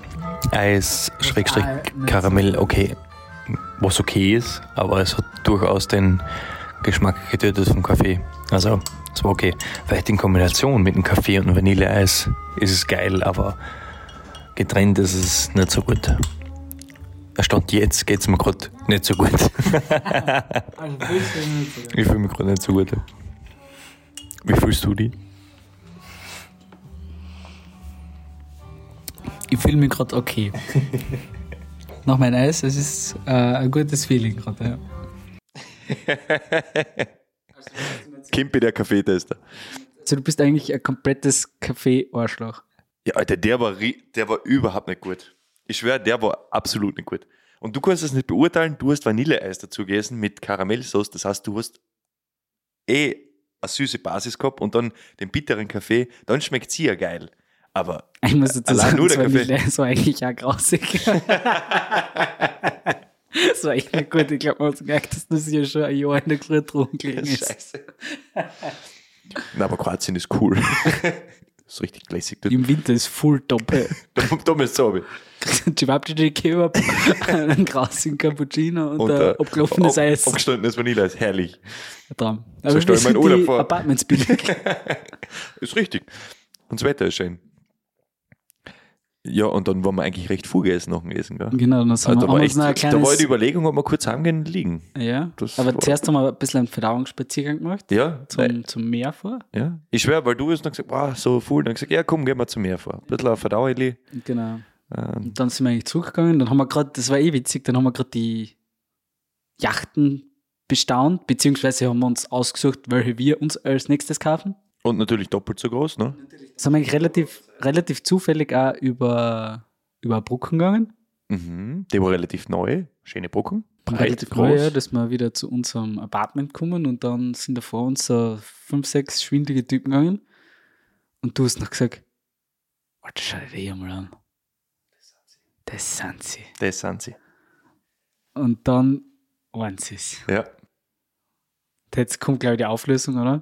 Speaker 8: Eis, Schrägstrich,
Speaker 3: Ei, mit-
Speaker 8: Karamell. Okay,
Speaker 9: was okay ist, aber es hat durchaus den Geschmack getötet vom Kaffee. Also, es war okay. Vielleicht in Kombination mit einem Kaffee und einem Vanilleeis ist es geil, aber getrennt ist es nicht so gut. Stand jetzt geht es mir gerade nicht so gut.
Speaker 3: Also, willst du nicht so.
Speaker 9: Ich fühle mich gerade nicht so gut. Wie fühlst du dich?
Speaker 3: Ich fühle mich gerade okay. Nach meinem Eis, es ist äh, ein gutes Feeling gerade. Ja.
Speaker 2: Kimpi, der Kaffeetester.
Speaker 3: Also du bist eigentlich ein komplettes Kaffee-Arschloch.
Speaker 2: Ja, Alter, der war, ri- der war überhaupt nicht gut. Ich schwöre, der war absolut nicht gut. Und du kannst es nicht beurteilen, du hast Vanilleeis dazu gegessen mit Karamellsauce. Das heißt, du hast eh eine süße Basis gehabt und dann den bitteren Kaffee, dann schmeckt sie ja geil. Aber
Speaker 3: Ich muss dazu
Speaker 2: Allein
Speaker 3: sagen,
Speaker 2: nur
Speaker 3: das
Speaker 2: der Kaffee.
Speaker 3: Vanilleeis war eigentlich auch grausig. das war echt nicht gut. Ich glaube, man hat gemerkt, dass das hier schon ein Jahr in der Grüne drum gelegen ist.
Speaker 2: Na, aber Kroatien ist cool. ist richtig lässig. Du,
Speaker 3: Im Winter ist voll doppel.
Speaker 2: dummes Zombie.
Speaker 3: Cevapcici Kebab, einen grausigen Cappuccino und, ein abgelaufenes Eis.
Speaker 2: äh, Abgestandenes Vanilleeis, herrlich.
Speaker 3: Ein Traum.
Speaker 2: So
Speaker 3: Aber
Speaker 2: stell
Speaker 3: so
Speaker 2: ich meinen
Speaker 3: sind
Speaker 2: Urlaub
Speaker 3: die
Speaker 2: vor.
Speaker 3: Apartments billig.
Speaker 2: Ist richtig. Und das Wetter ist schön. Ja, und dann waren wir eigentlich recht früh gegessen nach dem Essen, gell?
Speaker 3: genau, dann
Speaker 2: Also,
Speaker 3: sind
Speaker 2: da,
Speaker 3: wir
Speaker 2: war
Speaker 3: haben
Speaker 2: echt,
Speaker 3: uns noch
Speaker 2: da war
Speaker 3: ein
Speaker 2: die
Speaker 3: kleines...
Speaker 2: Überlegung, ob wir kurz heimgehen und liegen.
Speaker 3: Ja,
Speaker 2: Das
Speaker 3: aber
Speaker 2: war-
Speaker 3: zuerst haben wir ein bisschen einen Verdauungsspaziergang gemacht.
Speaker 2: Ja, weil-
Speaker 3: Zum, zum Meer vor.
Speaker 2: ja. Ich schwör, weil du hast noch gesagt, wow, so voll. Dann hab ich gesagt, ja, komm, gehen wir zum Meer vor. Ein bisschen auf Verdauerli.
Speaker 3: Genau.
Speaker 2: Ähm,
Speaker 3: Und dann sind wir eigentlich zurückgegangen. Dann haben wir gerade, das war eh witzig, dann haben wir gerade die Yachten bestaunt, beziehungsweise haben wir uns ausgesucht, welche wir uns als nächstes kaufen.
Speaker 2: und natürlich doppelt so groß, ne?
Speaker 3: Das haben wir eigentlich relativ, relativ zufällig auch über, über Brücken gegangen.
Speaker 2: Mhm. Die war relativ neu. Schöne Brocken.
Speaker 3: Relativ neu, ja, dass wir wieder zu unserem Apartment kommen und dann sind da vor uns so fünf, sechs schwindige Typen gegangen. Und du hast noch gesagt, Alter, schau dir die einmal an. Das sind sie.
Speaker 2: das sind sie.
Speaker 3: Und dann waren sie es.
Speaker 2: Ja.
Speaker 3: Jetzt kommt, glaube ich, die Auflösung, oder?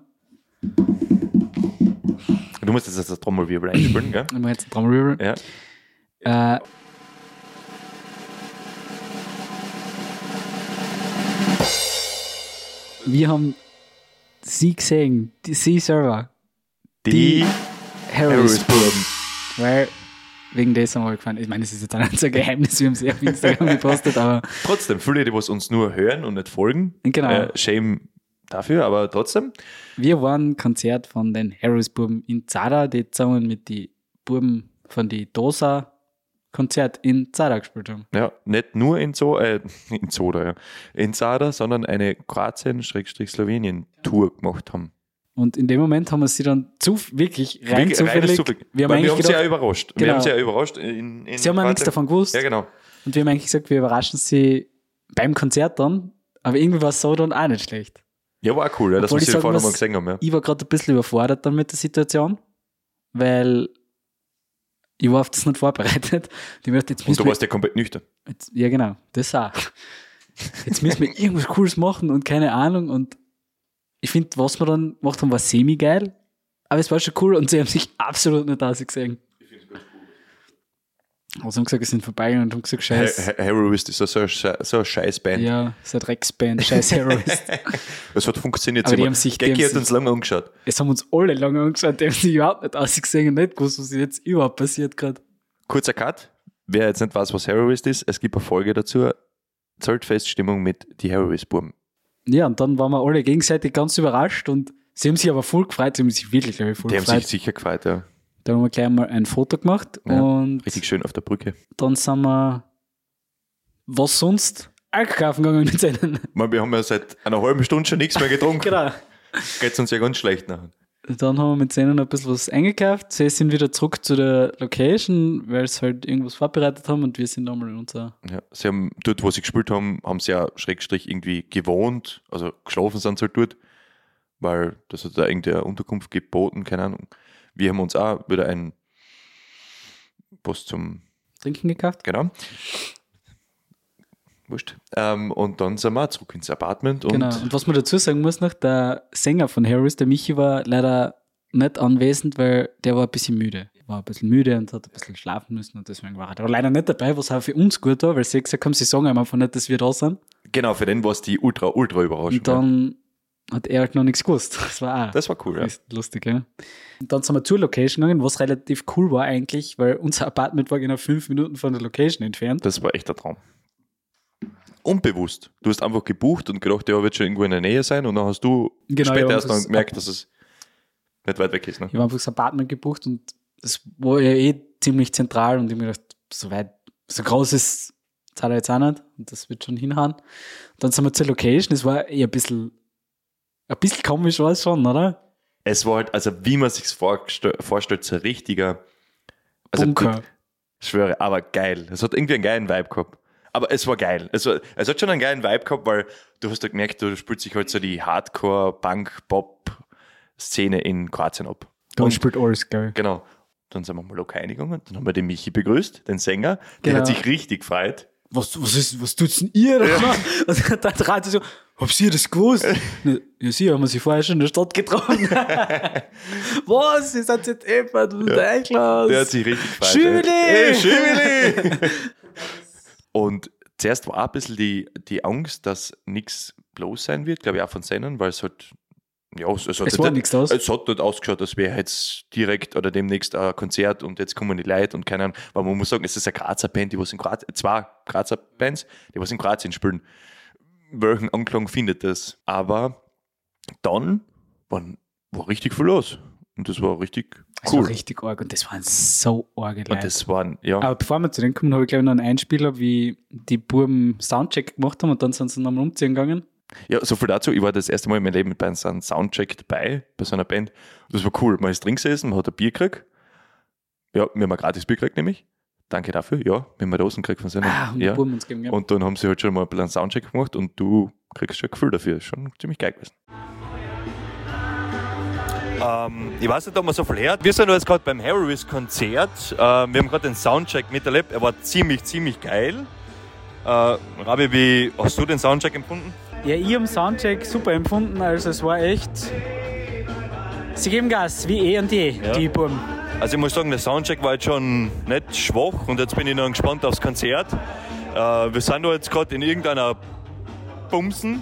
Speaker 2: Du musst jetzt das Trommelwirbel einspielen, gell?
Speaker 3: Wenn wir jetzt den Drum
Speaker 2: Ja.
Speaker 3: äh, Wir haben sie gesehen, die, sie selber, Die- Harris,
Speaker 2: Harrisburg.
Speaker 3: weil wegen des haben wir gefahren. Ich meine, es ist jetzt auch nicht so ein Geheimnis, wir haben sie auf Instagram gepostet, aber
Speaker 2: Trotzdem, viele, die was uns nur hören und nicht folgen,
Speaker 3: Genau.
Speaker 2: äh, shame dafür, aber trotzdem.
Speaker 3: wir waren Konzert von den Harris-Buben in Zara, die zusammen mit den Buben von die Dosa Konzert in Zara gespielt haben.
Speaker 2: Ja, nicht nur in Zo, äh, in Zoda, ja, in Sada, sondern eine Kroatien-Slowenien-Tour gemacht haben.
Speaker 3: Und in dem Moment haben wir sie dann zu, wirklich rein
Speaker 2: Wirklich
Speaker 3: zufällig.
Speaker 2: reines Zufall.
Speaker 3: Wir haben
Speaker 2: Weil wir
Speaker 3: eigentlich
Speaker 2: haben sie ja
Speaker 3: gedacht,
Speaker 2: überrascht. Wir
Speaker 3: Genau.
Speaker 2: haben sie ja überrascht. In, in
Speaker 3: sie haben ja nichts
Speaker 2: Kroatien.
Speaker 3: davon gewusst.
Speaker 2: Ja, genau.
Speaker 3: Und wir haben eigentlich gesagt, wir überraschen sie beim Konzert dann. Aber irgendwie war es so dann auch nicht schlecht.
Speaker 2: Ja, war auch cool, ja, dass
Speaker 3: Obwohl
Speaker 2: wir
Speaker 3: ich
Speaker 2: sie
Speaker 3: sagen
Speaker 2: vorher
Speaker 3: muss,
Speaker 2: mal gesehen haben. Ja.
Speaker 3: Ich war gerade ein bisschen überfordert dann mit der Situation, weil ich war auf das nicht vorbereitet. Und ich dachte, jetzt
Speaker 2: Und
Speaker 3: müssen
Speaker 2: du
Speaker 3: wir,
Speaker 2: warst ja komplett nüchtern.
Speaker 3: jetzt, ja genau, das auch. Jetzt müssen wir irgendwas Cooles machen und keine Ahnung. Und ich finde, was wir dann gemacht haben, war semi-geil. Aber es war schon cool und sie haben sich absolut nicht ausgesehen. Aber sie haben gesagt, sie sind vorbeigegangen und haben gesagt, scheiß,
Speaker 2: Her- Her- Heroist ist so, so, so eine Scheißband.
Speaker 3: ja, so eine Drecksband, scheiß Heroist.
Speaker 2: Es hat funktioniert.
Speaker 3: Aber die
Speaker 2: sogar.
Speaker 3: haben sich- die
Speaker 2: Gecki
Speaker 3: haben
Speaker 2: hat uns
Speaker 3: sich-
Speaker 2: lange angeschaut.
Speaker 3: Es haben uns alle lange angeschaut, die haben sich überhaupt nicht ausgesehen und nicht gewusst, was jetzt überhaupt passiert gerade.
Speaker 2: Kurzer Cut. Wer jetzt nicht weiß, was Heroist ist, es gibt eine Folge dazu. Zeltfeststimmung mit die Heroist-Burm.
Speaker 3: Ja, und dann waren wir alle gegenseitig ganz überrascht und sie haben sich aber voll gefreut, sie haben sich wirklich, glaube ich, voll
Speaker 2: Die haben sich
Speaker 3: gefreut.
Speaker 2: sicher gefreut, ja.
Speaker 3: Da haben wir gleich mal ein Foto gemacht
Speaker 2: Ja,
Speaker 3: und
Speaker 2: Richtig schön auf der Brücke.
Speaker 3: dann sind wir, was sonst, Alk kaufen gegangen mit denen.
Speaker 2: Man, wir haben ja seit einer halben Stunde schon nichts mehr getrunken.
Speaker 3: genau.
Speaker 2: Geht es uns ja ganz schlecht nachher.
Speaker 3: Dann haben wir mit denen ein bisschen was eingekauft. Sie sind wieder zurück zu der Location, weil sie halt irgendwas vorbereitet haben und wir sind nochmal in unser
Speaker 2: Ja, sie haben dort, wo sie gespielt haben, haben sie ja Schrägstrich irgendwie gewohnt, also geschlafen sind sie halt dort, weil das hat da irgendeine Unterkunft geboten, keine Ahnung. Wir haben uns auch wieder ein was zum,
Speaker 3: Trinken gekauft.
Speaker 2: genau. Wurscht. Ähm, und dann sind wir auch zurück ins Apartment und
Speaker 3: Genau. Und was man dazu sagen muss noch, der Sänger von Harris, der Michi, war leider nicht anwesend, weil der war ein bisschen müde. war ein bisschen müde und hat ein bisschen schlafen müssen und deswegen war er da leider nicht dabei, was auch für uns gut war, weil sie gesagt haben, sie sagen ihm einfach nicht, dass wir da sind.
Speaker 2: Genau, für den war es die ultra, ultra Überraschung.
Speaker 3: Und dann hat er halt noch nichts gewusst. Das war auch
Speaker 2: das war cool, ja.
Speaker 3: ist lustig, ja. Und dann sind wir zur Location gegangen, was relativ cool war eigentlich, weil unser Apartment war genau fünf Minuten von der Location entfernt.
Speaker 2: Das war echt der Traum. Unbewusst. Du hast einfach gebucht und gedacht, ja, wird schon irgendwo in der Nähe sein und dann hast du
Speaker 3: Genau,
Speaker 2: später
Speaker 3: ja,
Speaker 2: erst
Speaker 3: und
Speaker 2: dann
Speaker 3: das-
Speaker 2: gemerkt, dass es nicht weit weg ist. Ne?
Speaker 3: Ich habe einfach das Apartment gebucht und das war ja eh ziemlich zentral und ich habe mir gedacht, so weit, so groß ist zahlt er jetzt auch nicht und das wird schon hinhauen. Und dann sind wir zur Location, das war eh ein bisschen, ein bisschen komisch war es schon, oder?
Speaker 2: Es war halt, also wie man sich vorstellt, so ein richtiger. Also
Speaker 3: Bunker.
Speaker 2: gut, schwöre, aber geil. Es hat irgendwie einen geilen Vibe gehabt. Aber es war geil. Es, war, es hat schon einen geilen Vibe gehabt, weil du hast da gemerkt, du spielst sich halt so die Hardcore-Punk-Pop-Szene in Kroatien ab.
Speaker 3: Dann
Speaker 2: Und-
Speaker 3: spielt alles, gell?
Speaker 2: Genau. Dann sind wir mal lokal hingegangen, dann haben wir den Michi begrüßt, den Sänger. Der
Speaker 3: Genau.
Speaker 2: hat sich richtig gefreut.
Speaker 3: Was, was, ist, was tut's denn ihr? Ja. Und dann trat sie so, habt ihr das gewusst? Und ich, Ja, sie haben sich vorher schon in der Stadt getroffen. was? Ihr seid jetzt eh eben, du bist ja.
Speaker 2: Der hat sich richtig gefreut.
Speaker 3: Schübeli!
Speaker 2: Hey, Schübeli! Und zuerst war auch ein bisschen die, die Angst, dass nichts bloß sein wird, glaube ich, auch von Sennern, weil es halt. Ja, es, es, hat
Speaker 3: Es
Speaker 2: jetzt
Speaker 3: war
Speaker 2: nicht-
Speaker 3: nichts aus.
Speaker 2: Es hat nicht ausgeschaut, als wäre jetzt direkt oder demnächst ein Konzert und jetzt kommen die Leute und keine Ahnung. Weil man muss sagen, es ist eine Grazer Band, die was in Kroatien, zwei Grazer Bands, die was in Kroatien spielen. Welchen Anklang findet das? Aber dann war, war richtig viel los. Und das war richtig
Speaker 3: Das
Speaker 2: cool.
Speaker 3: war Also richtig arg und das waren so arge Leute.
Speaker 2: und das waren, ja.
Speaker 3: Aber bevor wir zu denen kommen, habe ich glaube ich noch einen Einspieler, wie die Buben Soundcheck gemacht haben und dann sind sie nochmal umziehen gegangen.
Speaker 2: Ja, so viel dazu. Ich war das erste Mal in meinem Leben bei so einem Soundcheck dabei, bei so einer Band. Das war cool. Man ist drin gesessen, man hat ein Bier gekriegt. Ja, wir haben ein gratis Bier gekriegt, nämlich. Danke dafür. Ja, wir haben eine Dosen gekriegt von so einem.
Speaker 3: Ah, und
Speaker 2: ja.
Speaker 3: die Buben uns geben. Ja.
Speaker 2: Und dann haben sie halt schon mal ein bisschen einen Soundcheck gemacht und du kriegst schon ein Gefühl dafür. Ist Schon ziemlich geil gewesen.
Speaker 8: Ähm, ich weiß nicht, ob man so viel hört. Wir sind jetzt gerade beim Harris-Konzert. Ähm, wir haben gerade den Soundcheck miterlebt. Er war ziemlich, ziemlich geil. Äh, Rabi, wie hast du den Soundcheck empfunden?
Speaker 3: ja, ich habe Soundcheck super empfunden, also es war echt. Sie geben Gas, wie eh und je, die Buben.
Speaker 8: Also ich muss sagen, der Soundcheck war jetzt schon nicht schwach und jetzt bin ich noch gespannt aufs Konzert. Äh, wir sind da jetzt gerade in irgendeiner Bumsen.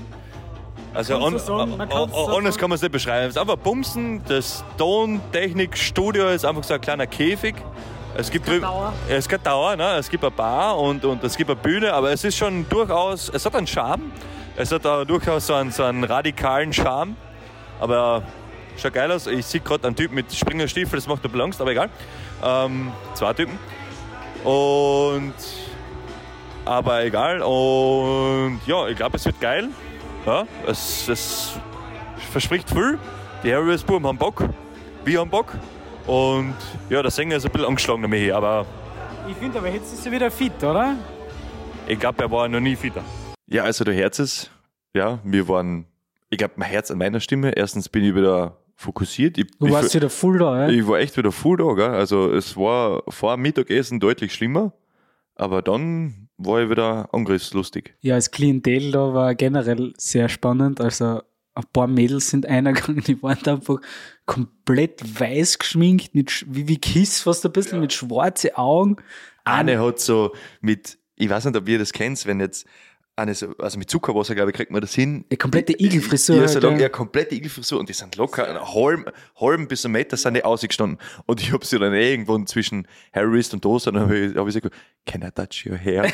Speaker 8: Also
Speaker 3: Man kann's
Speaker 8: an-
Speaker 3: so sagen, man
Speaker 8: a-
Speaker 3: kann's
Speaker 8: a-
Speaker 3: so
Speaker 8: anders
Speaker 3: sagen.
Speaker 8: kann man es nicht beschreiben. Es ist einfach Bumsen, das Tontechnik-Studio ist einfach so ein kleiner Käfig. Es gibt drüben-
Speaker 3: Dauer.
Speaker 8: es gibt Dauer, ne? es gibt eine Bar und, und es gibt eine Bühne, aber es ist schon durchaus, es hat einen Charme. Es hat auch durchaus so einen, so einen radikalen Charme. Aber schaut geil aus. Ich sehe gerade einen Typen mit Springerstiefel, das macht ein bisschen Angst, aber egal. Ähm, zwei Typen. Und. Aber egal. Und ja, ich glaube, es wird geil. Ja, es, es verspricht viel. Die Harriers Buben haben Bock. Wir haben Bock. Und ja, der Sänger ist ein bisschen angeschlagen damit, aber
Speaker 3: Ich finde aber jetzt ist er wieder fit, oder?
Speaker 8: ich glaube, er war noch nie fitter.
Speaker 2: Ja, also der Herz ist, ja, wir waren, ich glaube, mein Herz an meiner Stimme. Erstens bin ich wieder fokussiert. Ich,
Speaker 3: Du
Speaker 2: ich,
Speaker 3: warst wieder full da, ja?
Speaker 2: Ich war echt wieder full da, gell? Also es war vor dem Mittagessen deutlich schlimmer, aber dann war ich wieder angriffslustig.
Speaker 3: Ja, das Klientel da war generell sehr spannend. Also ein paar Mädels sind eingegangen, die waren da einfach komplett weiß geschminkt, mit, sch- wie, wie Kiss fast ein bisschen, mit schwarzen Augen. Ah, ne.
Speaker 2: Anne hat so mit, ich weiß nicht, ob ihr das kennt, wenn jetzt eine so, also mit Zuckerwasser, glaube ich, kriegt man das hin.
Speaker 3: Eine komplette Igelfrisur.
Speaker 2: Ja, so
Speaker 3: Alter.
Speaker 2: lang, ja, komplette Igelfrisur und die sind locker einen halben, halben bis einen Meter sind die ausgestanden. Und ich habe sie dann eh irgendwo zwischen Harris und Dose, dann habe ich, hab ich sie gesagt, can I touch your hair?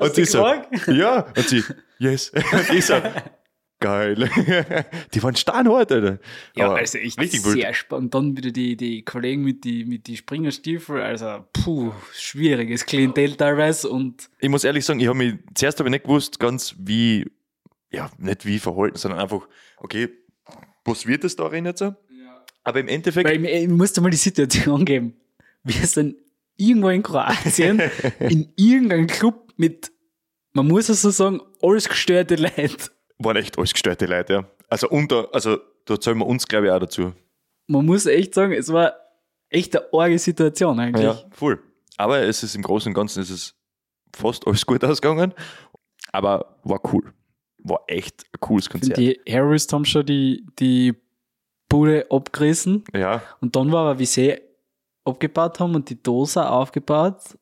Speaker 2: und die so,
Speaker 3: gefragt?
Speaker 2: ja, und sie, yes. Und ich so, geil. die waren steinhart, Alter.
Speaker 3: Ja,
Speaker 2: Aber
Speaker 3: also echt
Speaker 2: richtig wild.
Speaker 3: sehr spannend. Dann wieder die, die Kollegen mit die, mit die Springerstiefel. Also, puh, schwieriges Klientel teilweise. Und
Speaker 2: Ich muss ehrlich sagen, ich habe mich, zuerst habe ich nicht gewusst, ganz wie, ja, nicht wie verhalten, sondern einfach, okay, was wird das da rein jetzt? Aber im Endeffekt,
Speaker 3: weil ich, ich musste mal die Situation angeben. Wir sind irgendwo in Kroatien, in irgendeinem Club mit, man muss es so sagen, alles gestörte Leute.
Speaker 2: waren echt alles gestörte Leute, ja. Also unter, also da zählen wir uns, glaube ich, auch dazu.
Speaker 3: Man muss echt sagen, es war echt eine arge Situation eigentlich.
Speaker 2: voll. Aber es ist im Großen und Ganzen ist es fast alles gut ausgegangen. Aber war cool. War echt ein cooles Konzert.
Speaker 3: Die Harris haben schon die, die Bude abgerissen.
Speaker 2: Ja,
Speaker 3: Und dann war aber Vise abgebaut haben und die Dose aufgebaut,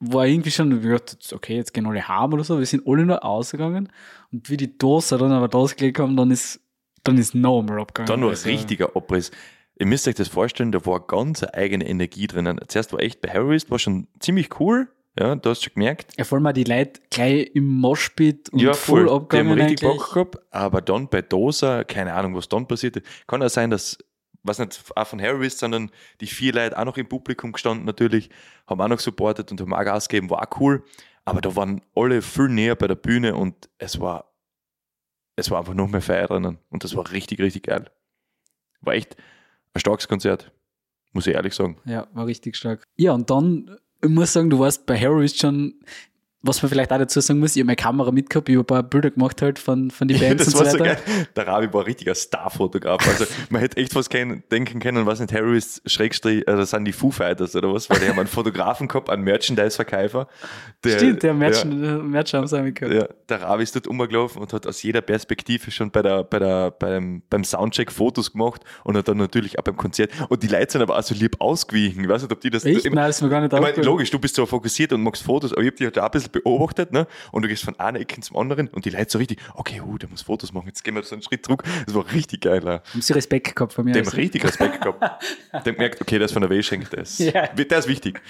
Speaker 3: war irgendwie schon, ich dachte, okay, jetzt gehen alle heim oder so. Wir sind alle nur ausgegangen und wie die Dose dann aber rausgelegt haben, dann ist, dann ist nochmal abgegangen.
Speaker 2: Dann war
Speaker 3: Also,
Speaker 2: richtiger Abriss. Ihr müsst euch das vorstellen, da war ganz eine eigene Energie drinnen. Zuerst war echt bei Harvest, war schon ziemlich cool. Ja, du hast schon gemerkt.
Speaker 3: Ja, vor allem auch die Leute gleich im Moshpit und
Speaker 2: ja,
Speaker 3: voll
Speaker 2: Die haben
Speaker 3: abgegangen
Speaker 2: richtig
Speaker 3: eigentlich.
Speaker 2: Bock gehabt, aber dann bei Dosa, keine Ahnung, was dann passierte. Kann ja sein, dass, was nicht, auch von Harvest, sondern die vier Leute auch noch im Publikum gestanden natürlich, haben auch noch supportet und haben auch Gas gegeben, war auch cool. Aber da waren alle viel näher bei der Bühne und es war, es war einfach noch mehr Feier drinnen. Und das war richtig, richtig geil. War echt ein starkes Konzert, muss ich ehrlich sagen.
Speaker 3: Ja, war richtig stark. Ja, und dann, ich muss sagen, du warst bei Harris schon, was man vielleicht auch dazu sagen muss, ich habe meine Kamera mitgehabt, ich habe ein paar Bilder gemacht halt von, von den Bands
Speaker 2: das
Speaker 3: und
Speaker 2: war
Speaker 3: so
Speaker 2: so
Speaker 3: weiter.
Speaker 2: geil. Der Ravi war ein richtiger Starfotograf. Also man hätte echt was kennen, denken können, was nicht Harris Schrägstrich, äh, das sind die Foo Fighters oder was, weil die haben einen Fotografen gehabt, einen Merchandise-Verkäufer.
Speaker 3: Stimmt, der Match, Match haben sie auch mitgehabt.
Speaker 2: Ja, der Ravi ist dort umgelaufen und hat aus jeder Perspektive schon bei der, bei der, beim, beim Soundcheck Fotos gemacht und hat dann natürlich auch beim Konzert. Und die Leute sind aber auch so lieb ausgewichen. Ich weiß nicht, ob die das
Speaker 3: Echt?
Speaker 2: ich-
Speaker 3: Nein, das ist mir gar nicht
Speaker 2: ich meine,
Speaker 3: aufgefallen.
Speaker 2: logisch, du bist so fokussiert und machst Fotos, aber ich habe dich halt auch ein bisschen beobachtet, ne? Und du gehst von einer Ecke zum anderen und die Leute so richtig, okay, uh, der muss Fotos machen, jetzt gehen wir so einen Schritt zurück. Das war richtig geil. Auch.
Speaker 3: Haben sie Respekt gehabt von mir.
Speaker 2: Dem
Speaker 3: also.
Speaker 2: richtig Respekt gehabt. Dem gemerkt, okay, der ist von der Wäschenk, der ist,
Speaker 3: Ja.
Speaker 2: der ist wichtig.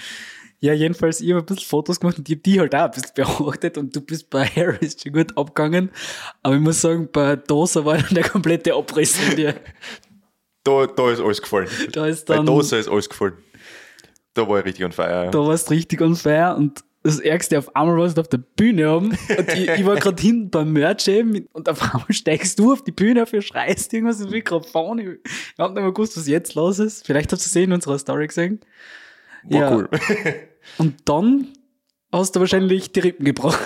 Speaker 3: Ja, jedenfalls, ich habe ein bisschen Fotos gemacht und ich habe die halt auch ein bisschen beobachtet und du bist bei Harris schon gut abgegangen. Aber ich muss sagen, bei Dosa war dann der komplette Abriss in dir.
Speaker 2: Da, da ist alles gefallen.
Speaker 3: Da ist
Speaker 2: Bei
Speaker 3: dann,
Speaker 2: Dosa ist alles gefallen. Da war ich richtig on fire.
Speaker 3: da warst richtig unfair und das Ärgste, auf einmal warst du auf der Bühne oben und ich, ich war gerade hinten beim Merch eben und auf einmal steigst du auf die Bühne auf, ihr schreist irgendwas ins Mikrofon. Ich, ich hab nicht mehr gewusst, was jetzt los ist. Vielleicht habt ihr es eh in unserer Story gesehen.
Speaker 2: War
Speaker 3: ja.
Speaker 2: cool.
Speaker 3: Und dann hast du wahrscheinlich die Rippen gebrochen.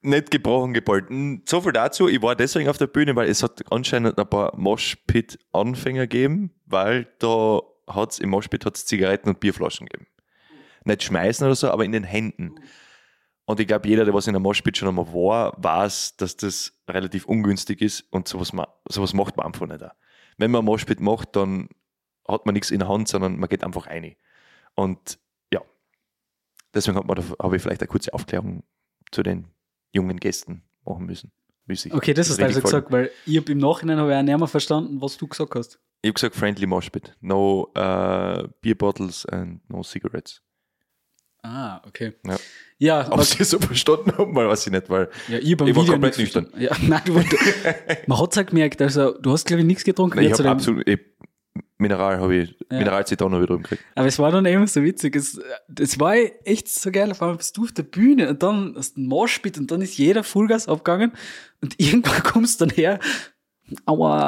Speaker 2: Nicht gebrochen, gepolten. So viel dazu. Ich war deswegen auf der Bühne, weil es hat anscheinend ein paar Moshpit-Anfänger gegeben, weil da hat's, im Moshpit hat's Zigaretten und Bierflaschen gegeben. Nicht schmeißen oder so, aber in den Händen. Und ich glaube, jeder, der was in der Moshpit schon einmal war, weiß, dass das relativ ungünstig ist und sowas, ma sowas macht man einfach nicht. Auch. Wenn man Moshpit macht, dann hat man nichts in der Hand, sondern man geht einfach rein. Und ja, deswegen hat man da- habe ich vielleicht eine kurze Aufklärung zu den jungen Gästen machen müssen. Müßig.
Speaker 3: Okay, das hast du also
Speaker 2: Richtig voll.
Speaker 3: gesagt, weil ich hab im Nachhinein habe ich auch nicht mehr verstanden, was du gesagt hast.
Speaker 2: Ich habe gesagt, friendly Moshpit. No uh, beer bottles and no cigarettes.
Speaker 3: Ah, okay.
Speaker 2: Ja.
Speaker 3: Ja,
Speaker 2: Ob
Speaker 3: was-
Speaker 2: sie es so verstanden haben, weil weiß ich nicht, weil
Speaker 3: ja ich, beim
Speaker 2: ich war
Speaker 3: Video
Speaker 2: komplett
Speaker 3: nichts verstanden. Ja, nein, du, du, man hat es auch gemerkt, also du hast, glaube ich, nichts getrunken.
Speaker 2: Nein,
Speaker 3: jetzt
Speaker 2: ich habe
Speaker 3: oder-
Speaker 2: absolut ich, Mineral habe ich
Speaker 3: Ja.
Speaker 2: Mineralzitan habe ich drüben um gekriegt.
Speaker 3: aber es war dann eben so witzig. Es, es war echt so geil, auf einmal bist du auf der Bühne und dann hast du einen Moshpit und dann ist jeder Vollgas abgegangen und irgendwann kommst du dann her. Aua.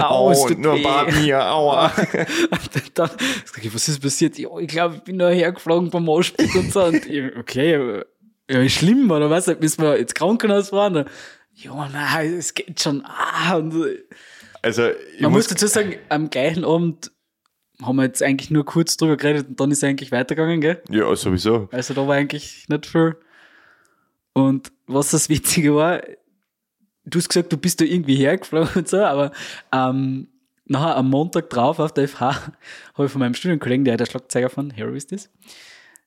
Speaker 3: Aua,
Speaker 2: Oh,
Speaker 3: es tut weh.
Speaker 2: mir, aua.
Speaker 3: Und dann sag ich, was ist passiert? Ja, ich glaube, ich bin da hergeflogen beim Moschpit und so. Und ich, okay, äh, ja, ist schlimm, oder was? Müssen wir ins Krankenhaus fahren? Und, Ja, nein, es geht schon. Ah, und, äh,
Speaker 2: Also, ich
Speaker 3: man muss
Speaker 2: muss,
Speaker 3: dazu sagen, am gleichen Abend haben wir jetzt eigentlich nur kurz drüber geredet und dann ist er eigentlich weitergegangen, gell?
Speaker 2: ja, sowieso.
Speaker 3: Also da war eigentlich nicht viel. Und was das Witzige war, du hast gesagt, du bist da irgendwie hergeflogen und so, aber ähm, nachher am Montag drauf auf der FH habe ich von meinem Studienkollegen, der der Schlagzeuger von Harry ist das,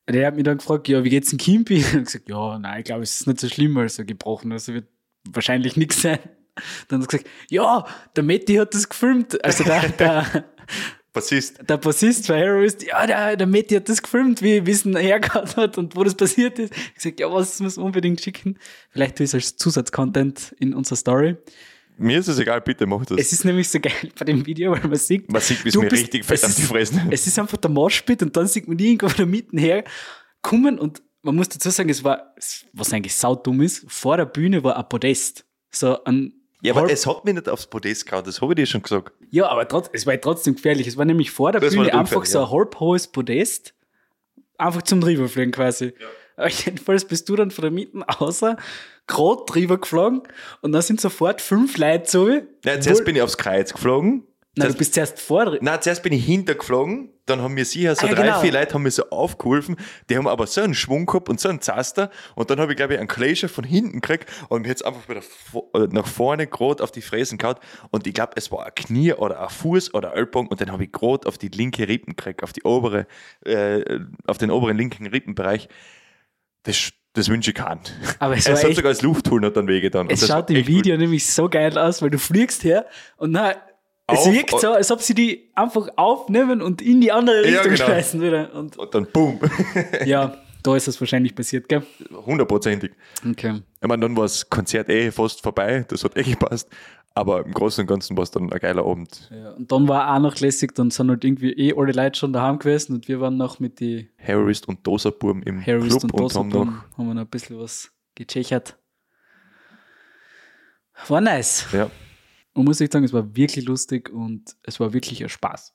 Speaker 3: der hat mich dann gefragt, ja, wie geht's in Kimpi? Und ich hab gesagt, ja, nein, ich glaube, es ist nicht so schlimm, also gebrochen, also wird wahrscheinlich nichts sein. Dann hat er gesagt, ja, der Matti hat das gefilmt. Also der, der,
Speaker 2: Bassist.
Speaker 3: der Bassist von Harrowist, ja, der, der Matti hat das gefilmt, wie wie es ihn hergehauen hat und wo das passiert ist. Ich gesagt, ja, was, das muss man unbedingt schicken. Vielleicht tue ich es als Zusatzcontent in unserer Story.
Speaker 2: Mir ist es egal, bitte mach das.
Speaker 3: Es ist nämlich so geil bei dem Video, weil man sieht,
Speaker 2: Man sieht, wie es
Speaker 3: du
Speaker 2: mir
Speaker 3: bist-
Speaker 2: richtig fett
Speaker 3: es
Speaker 2: auf
Speaker 3: ist-
Speaker 2: die Fressen.
Speaker 3: Es ist einfach der Moshpit und dann sieht man irgendwo von der Mitte her kommen und man muss dazu sagen, es war, was eigentlich saudumm ist, vor der Bühne war ein Podest. So ein
Speaker 2: ja, aber
Speaker 3: halb-
Speaker 2: es hat mich nicht aufs Podest gehauen, das habe ich dir schon gesagt.
Speaker 3: ja, aber trotz, es war trotzdem gefährlich. Es war nämlich vor der
Speaker 2: Das war
Speaker 3: Bühne
Speaker 2: nicht
Speaker 3: einfach
Speaker 2: unfair,
Speaker 3: so
Speaker 2: ja.
Speaker 3: ein halb hohes Podest, einfach zum drüber fliegen quasi. Aber jedenfalls bist du dann von der Mitten außer gerade drüber geflogen und dann sind sofort fünf Leute so.
Speaker 2: Ja, zuerst bin ich aufs Kreuz geflogen,
Speaker 3: Nein, du
Speaker 2: Zuerst-
Speaker 3: bist zuerst vor.
Speaker 2: Nein, zuerst bin ich hintergeflogen, dann haben mir sicher so
Speaker 3: Ah, ja,
Speaker 2: drei,
Speaker 3: genau.
Speaker 2: vier Leute haben mir so aufgeholfen, die haben aber so einen Schwung gehabt und so einen Zaster und dann habe ich, glaube ich, einen Glacier von hinten gekriegt und mir jetzt einfach wieder vo- äh, nach vorne grot auf die Fräsen gehauen und ich glaube, es war ein Knie oder ein Fuß oder ein Ellbogen und dann habe ich grot auf die linke Rippen gekriegt, auf die obere, äh, auf den oberen linken Rippenbereich. Das, das wünsche ich keinen.
Speaker 3: Aber es
Speaker 2: Es
Speaker 3: war
Speaker 2: hat
Speaker 3: echt,
Speaker 2: sogar als Luftholen hat dann wehgetan.
Speaker 3: es schaut im Video nämlich so geil aus, weil du fliegst her und na, es
Speaker 2: Auf-
Speaker 3: wirkt so, als ob sie die einfach aufnehmen und in die andere
Speaker 2: Ja,
Speaker 3: Richtung
Speaker 2: genau.
Speaker 3: schmeißen wieder. Und
Speaker 2: Und dann boom,
Speaker 3: ja, da ist es wahrscheinlich passiert, gell?
Speaker 2: hundertprozentig.
Speaker 3: Okay.
Speaker 2: Ich meine, dann war das Konzert eh fast vorbei, das hat eh gepasst, aber im Großen und Ganzen war es dann ein geiler Abend.
Speaker 3: Ja, und dann war auch noch lässig, dann sind halt irgendwie eh alle Leute schon daheim gewesen und wir waren noch mit die
Speaker 2: Harrist und Doserburm im
Speaker 3: Harris
Speaker 2: Club
Speaker 3: und
Speaker 2: und, haben
Speaker 3: Dosenbaum,
Speaker 2: noch.
Speaker 3: haben wir noch ein bisschen was gechechert. War nice.
Speaker 2: Ja.
Speaker 3: Und muss ich sagen, es war wirklich lustig und es war wirklich ein Spaß.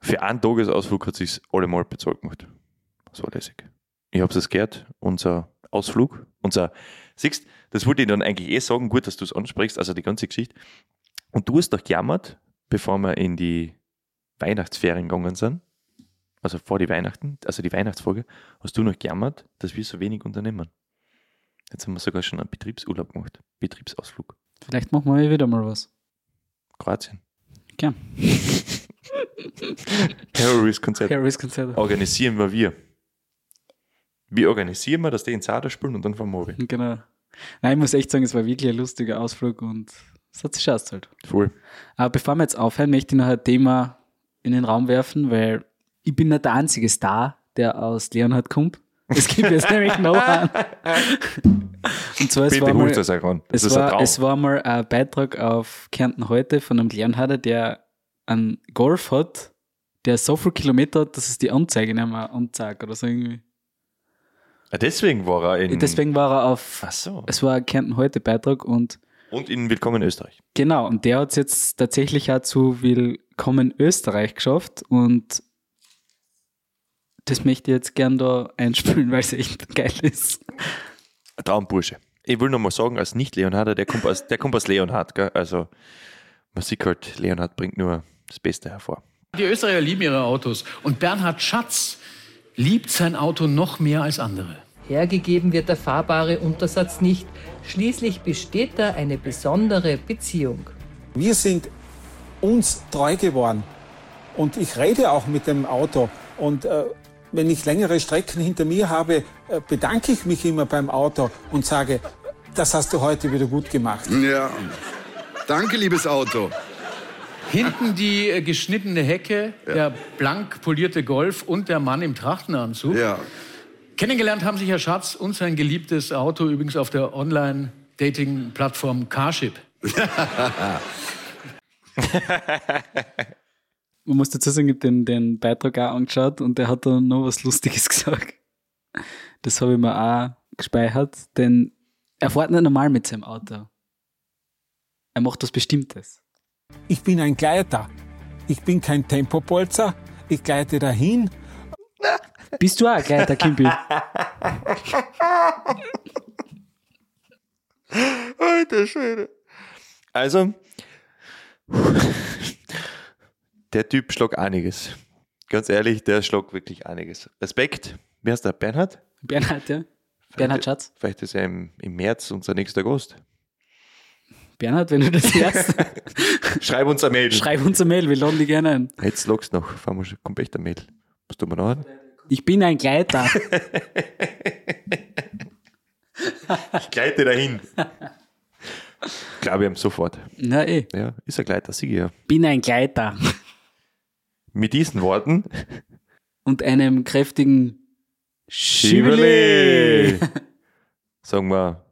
Speaker 2: Für einen Tagesausflug hat sich allemal bezahlt gemacht. Das war lässig. Ich habe es gehört, unser Ausflug, unser, siehst, das wollte ich dann eigentlich eh sagen, gut, dass du es ansprichst, also die ganze Geschichte. Und du hast doch gejammert, bevor wir in die Weihnachtsferien gegangen sind, also vor die Weihnachten, also die Weihnachtsfolge, hast du noch gejammert, dass wir so wenig unternehmen. Jetzt haben wir sogar schon einen Betriebsurlaub gemacht, Betriebsausflug.
Speaker 3: Vielleicht machen wir ja wieder mal was.
Speaker 2: Kroatien.
Speaker 3: Gern.
Speaker 2: Terrorist-Konzept
Speaker 3: Harris-Konzert.
Speaker 2: organisieren wir wir. Wie organisieren wir, dass die in Zader spielen und dann fahren wir runter?
Speaker 3: Genau. Nein, ich muss echt sagen, es war wirklich ein lustiger Ausflug und es hat sich ausgezahlt.
Speaker 2: Voll.
Speaker 3: Aber bevor wir jetzt aufhören, möchte ich noch ein Thema in den Raum werfen, weil ich bin nicht der einzige Star, der aus Leonhard kommt. Es gibt jetzt nämlich noch einen. Und zwar, es
Speaker 2: Bitte
Speaker 3: war, mal,
Speaker 2: holt das auch ran. Das
Speaker 3: es,
Speaker 2: ist ein
Speaker 3: war,
Speaker 2: Traum.
Speaker 3: es war mal ein Beitrag auf Kärnten heute von einem Leonharder, der einen Golf hat, der so viel Kilometer hat, dass es die Anzeige nicht mehr anzeigt oder so irgendwie.
Speaker 2: Ah, deswegen war er in.
Speaker 3: Deswegen war er auf,
Speaker 2: Ach so.
Speaker 3: es war ein Kärnten heute Beitrag und
Speaker 2: Und in Willkommen in Österreich.
Speaker 3: Genau, und der hat es jetzt tatsächlich auch zu Willkommen Österreich geschafft und das möchte ich jetzt gern da einspülen, weil es echt geil ist.
Speaker 2: Ein Traumbursche. Ich will nochmal sagen, als Nicht-Leonharder, der kommt aus, der kommt aus Leonhard. Gell? Also, man sieht halt, Leonhard bringt nur das Beste hervor.
Speaker 6: Die Österreicher lieben ihre Autos. Und Bernhard Schatz liebt sein Auto noch mehr als andere.
Speaker 10: Hergegeben wird der fahrbare Untersatz nicht. Schließlich besteht da eine besondere Beziehung.
Speaker 11: Wir sind uns treu geworden. Und ich rede auch mit dem Auto. Und äh, wenn ich längere Strecken hinter mir habe, äh, bedanke ich mich immer beim Auto und sage, das hast du heute wieder gut gemacht.
Speaker 12: Ja. Danke, liebes Auto.
Speaker 6: Hinten die äh, geschnittene Hecke, der blank polierte Golf und der Mann im Trachtenanzug.
Speaker 12: Ja.
Speaker 6: Kennengelernt haben sich Herr Schatz und sein geliebtes Auto übrigens auf der Online-Dating-Plattform Carship.
Speaker 3: Man muss dazu sagen, ich habe den, den Beitrag auch angeschaut und der hat dann noch was Lustiges gesagt. Das habe ich mir auch gespeichert, denn er fährt nicht normal mit seinem Auto. Er macht was Bestimmtes.
Speaker 11: Ich bin ein Gleiter. Ich bin kein Tempopolzer. Ich gleite dahin.
Speaker 3: Bist du auch ein Gleiter, Kimpi?
Speaker 2: Alter Schwede. Also, der Typ schlug einiges. Ganz ehrlich, der schlug wirklich einiges. Respekt. Wie heißt der? Bernhard?
Speaker 3: Bernhard, ja? Bernhard Schatz?
Speaker 2: Vielleicht ist er im, im März unser nächster Gast.
Speaker 3: Bernhard, wenn du das hörst,
Speaker 2: Schreib uns ein Mail.
Speaker 3: schreib uns eine Mail, wir laden dich gerne ein.
Speaker 2: Jetzt logst noch. Fahr mal, kommt echt ein Mail. Was tun wir noch? an?
Speaker 3: Ich bin ein Gleiter.
Speaker 2: Ich gleite dahin. Ich Glaube ich ihm sofort.
Speaker 3: Na eh.
Speaker 2: Ja, ist ein Gleiter, Sigi. ja.
Speaker 3: Bin ein Gleiter.
Speaker 2: Mit diesen Worten.
Speaker 3: Und einem kräftigen
Speaker 2: Schibeli.
Speaker 3: Schibeli.
Speaker 2: Sagen wir,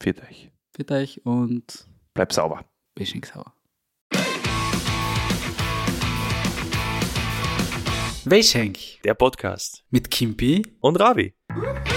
Speaker 2: viert euch.
Speaker 3: Bitte euch und
Speaker 2: Bleib sauber.
Speaker 3: Beschenksauer. Weschenk
Speaker 9: Der Podcast
Speaker 3: mit Kimpi
Speaker 9: und Ravi.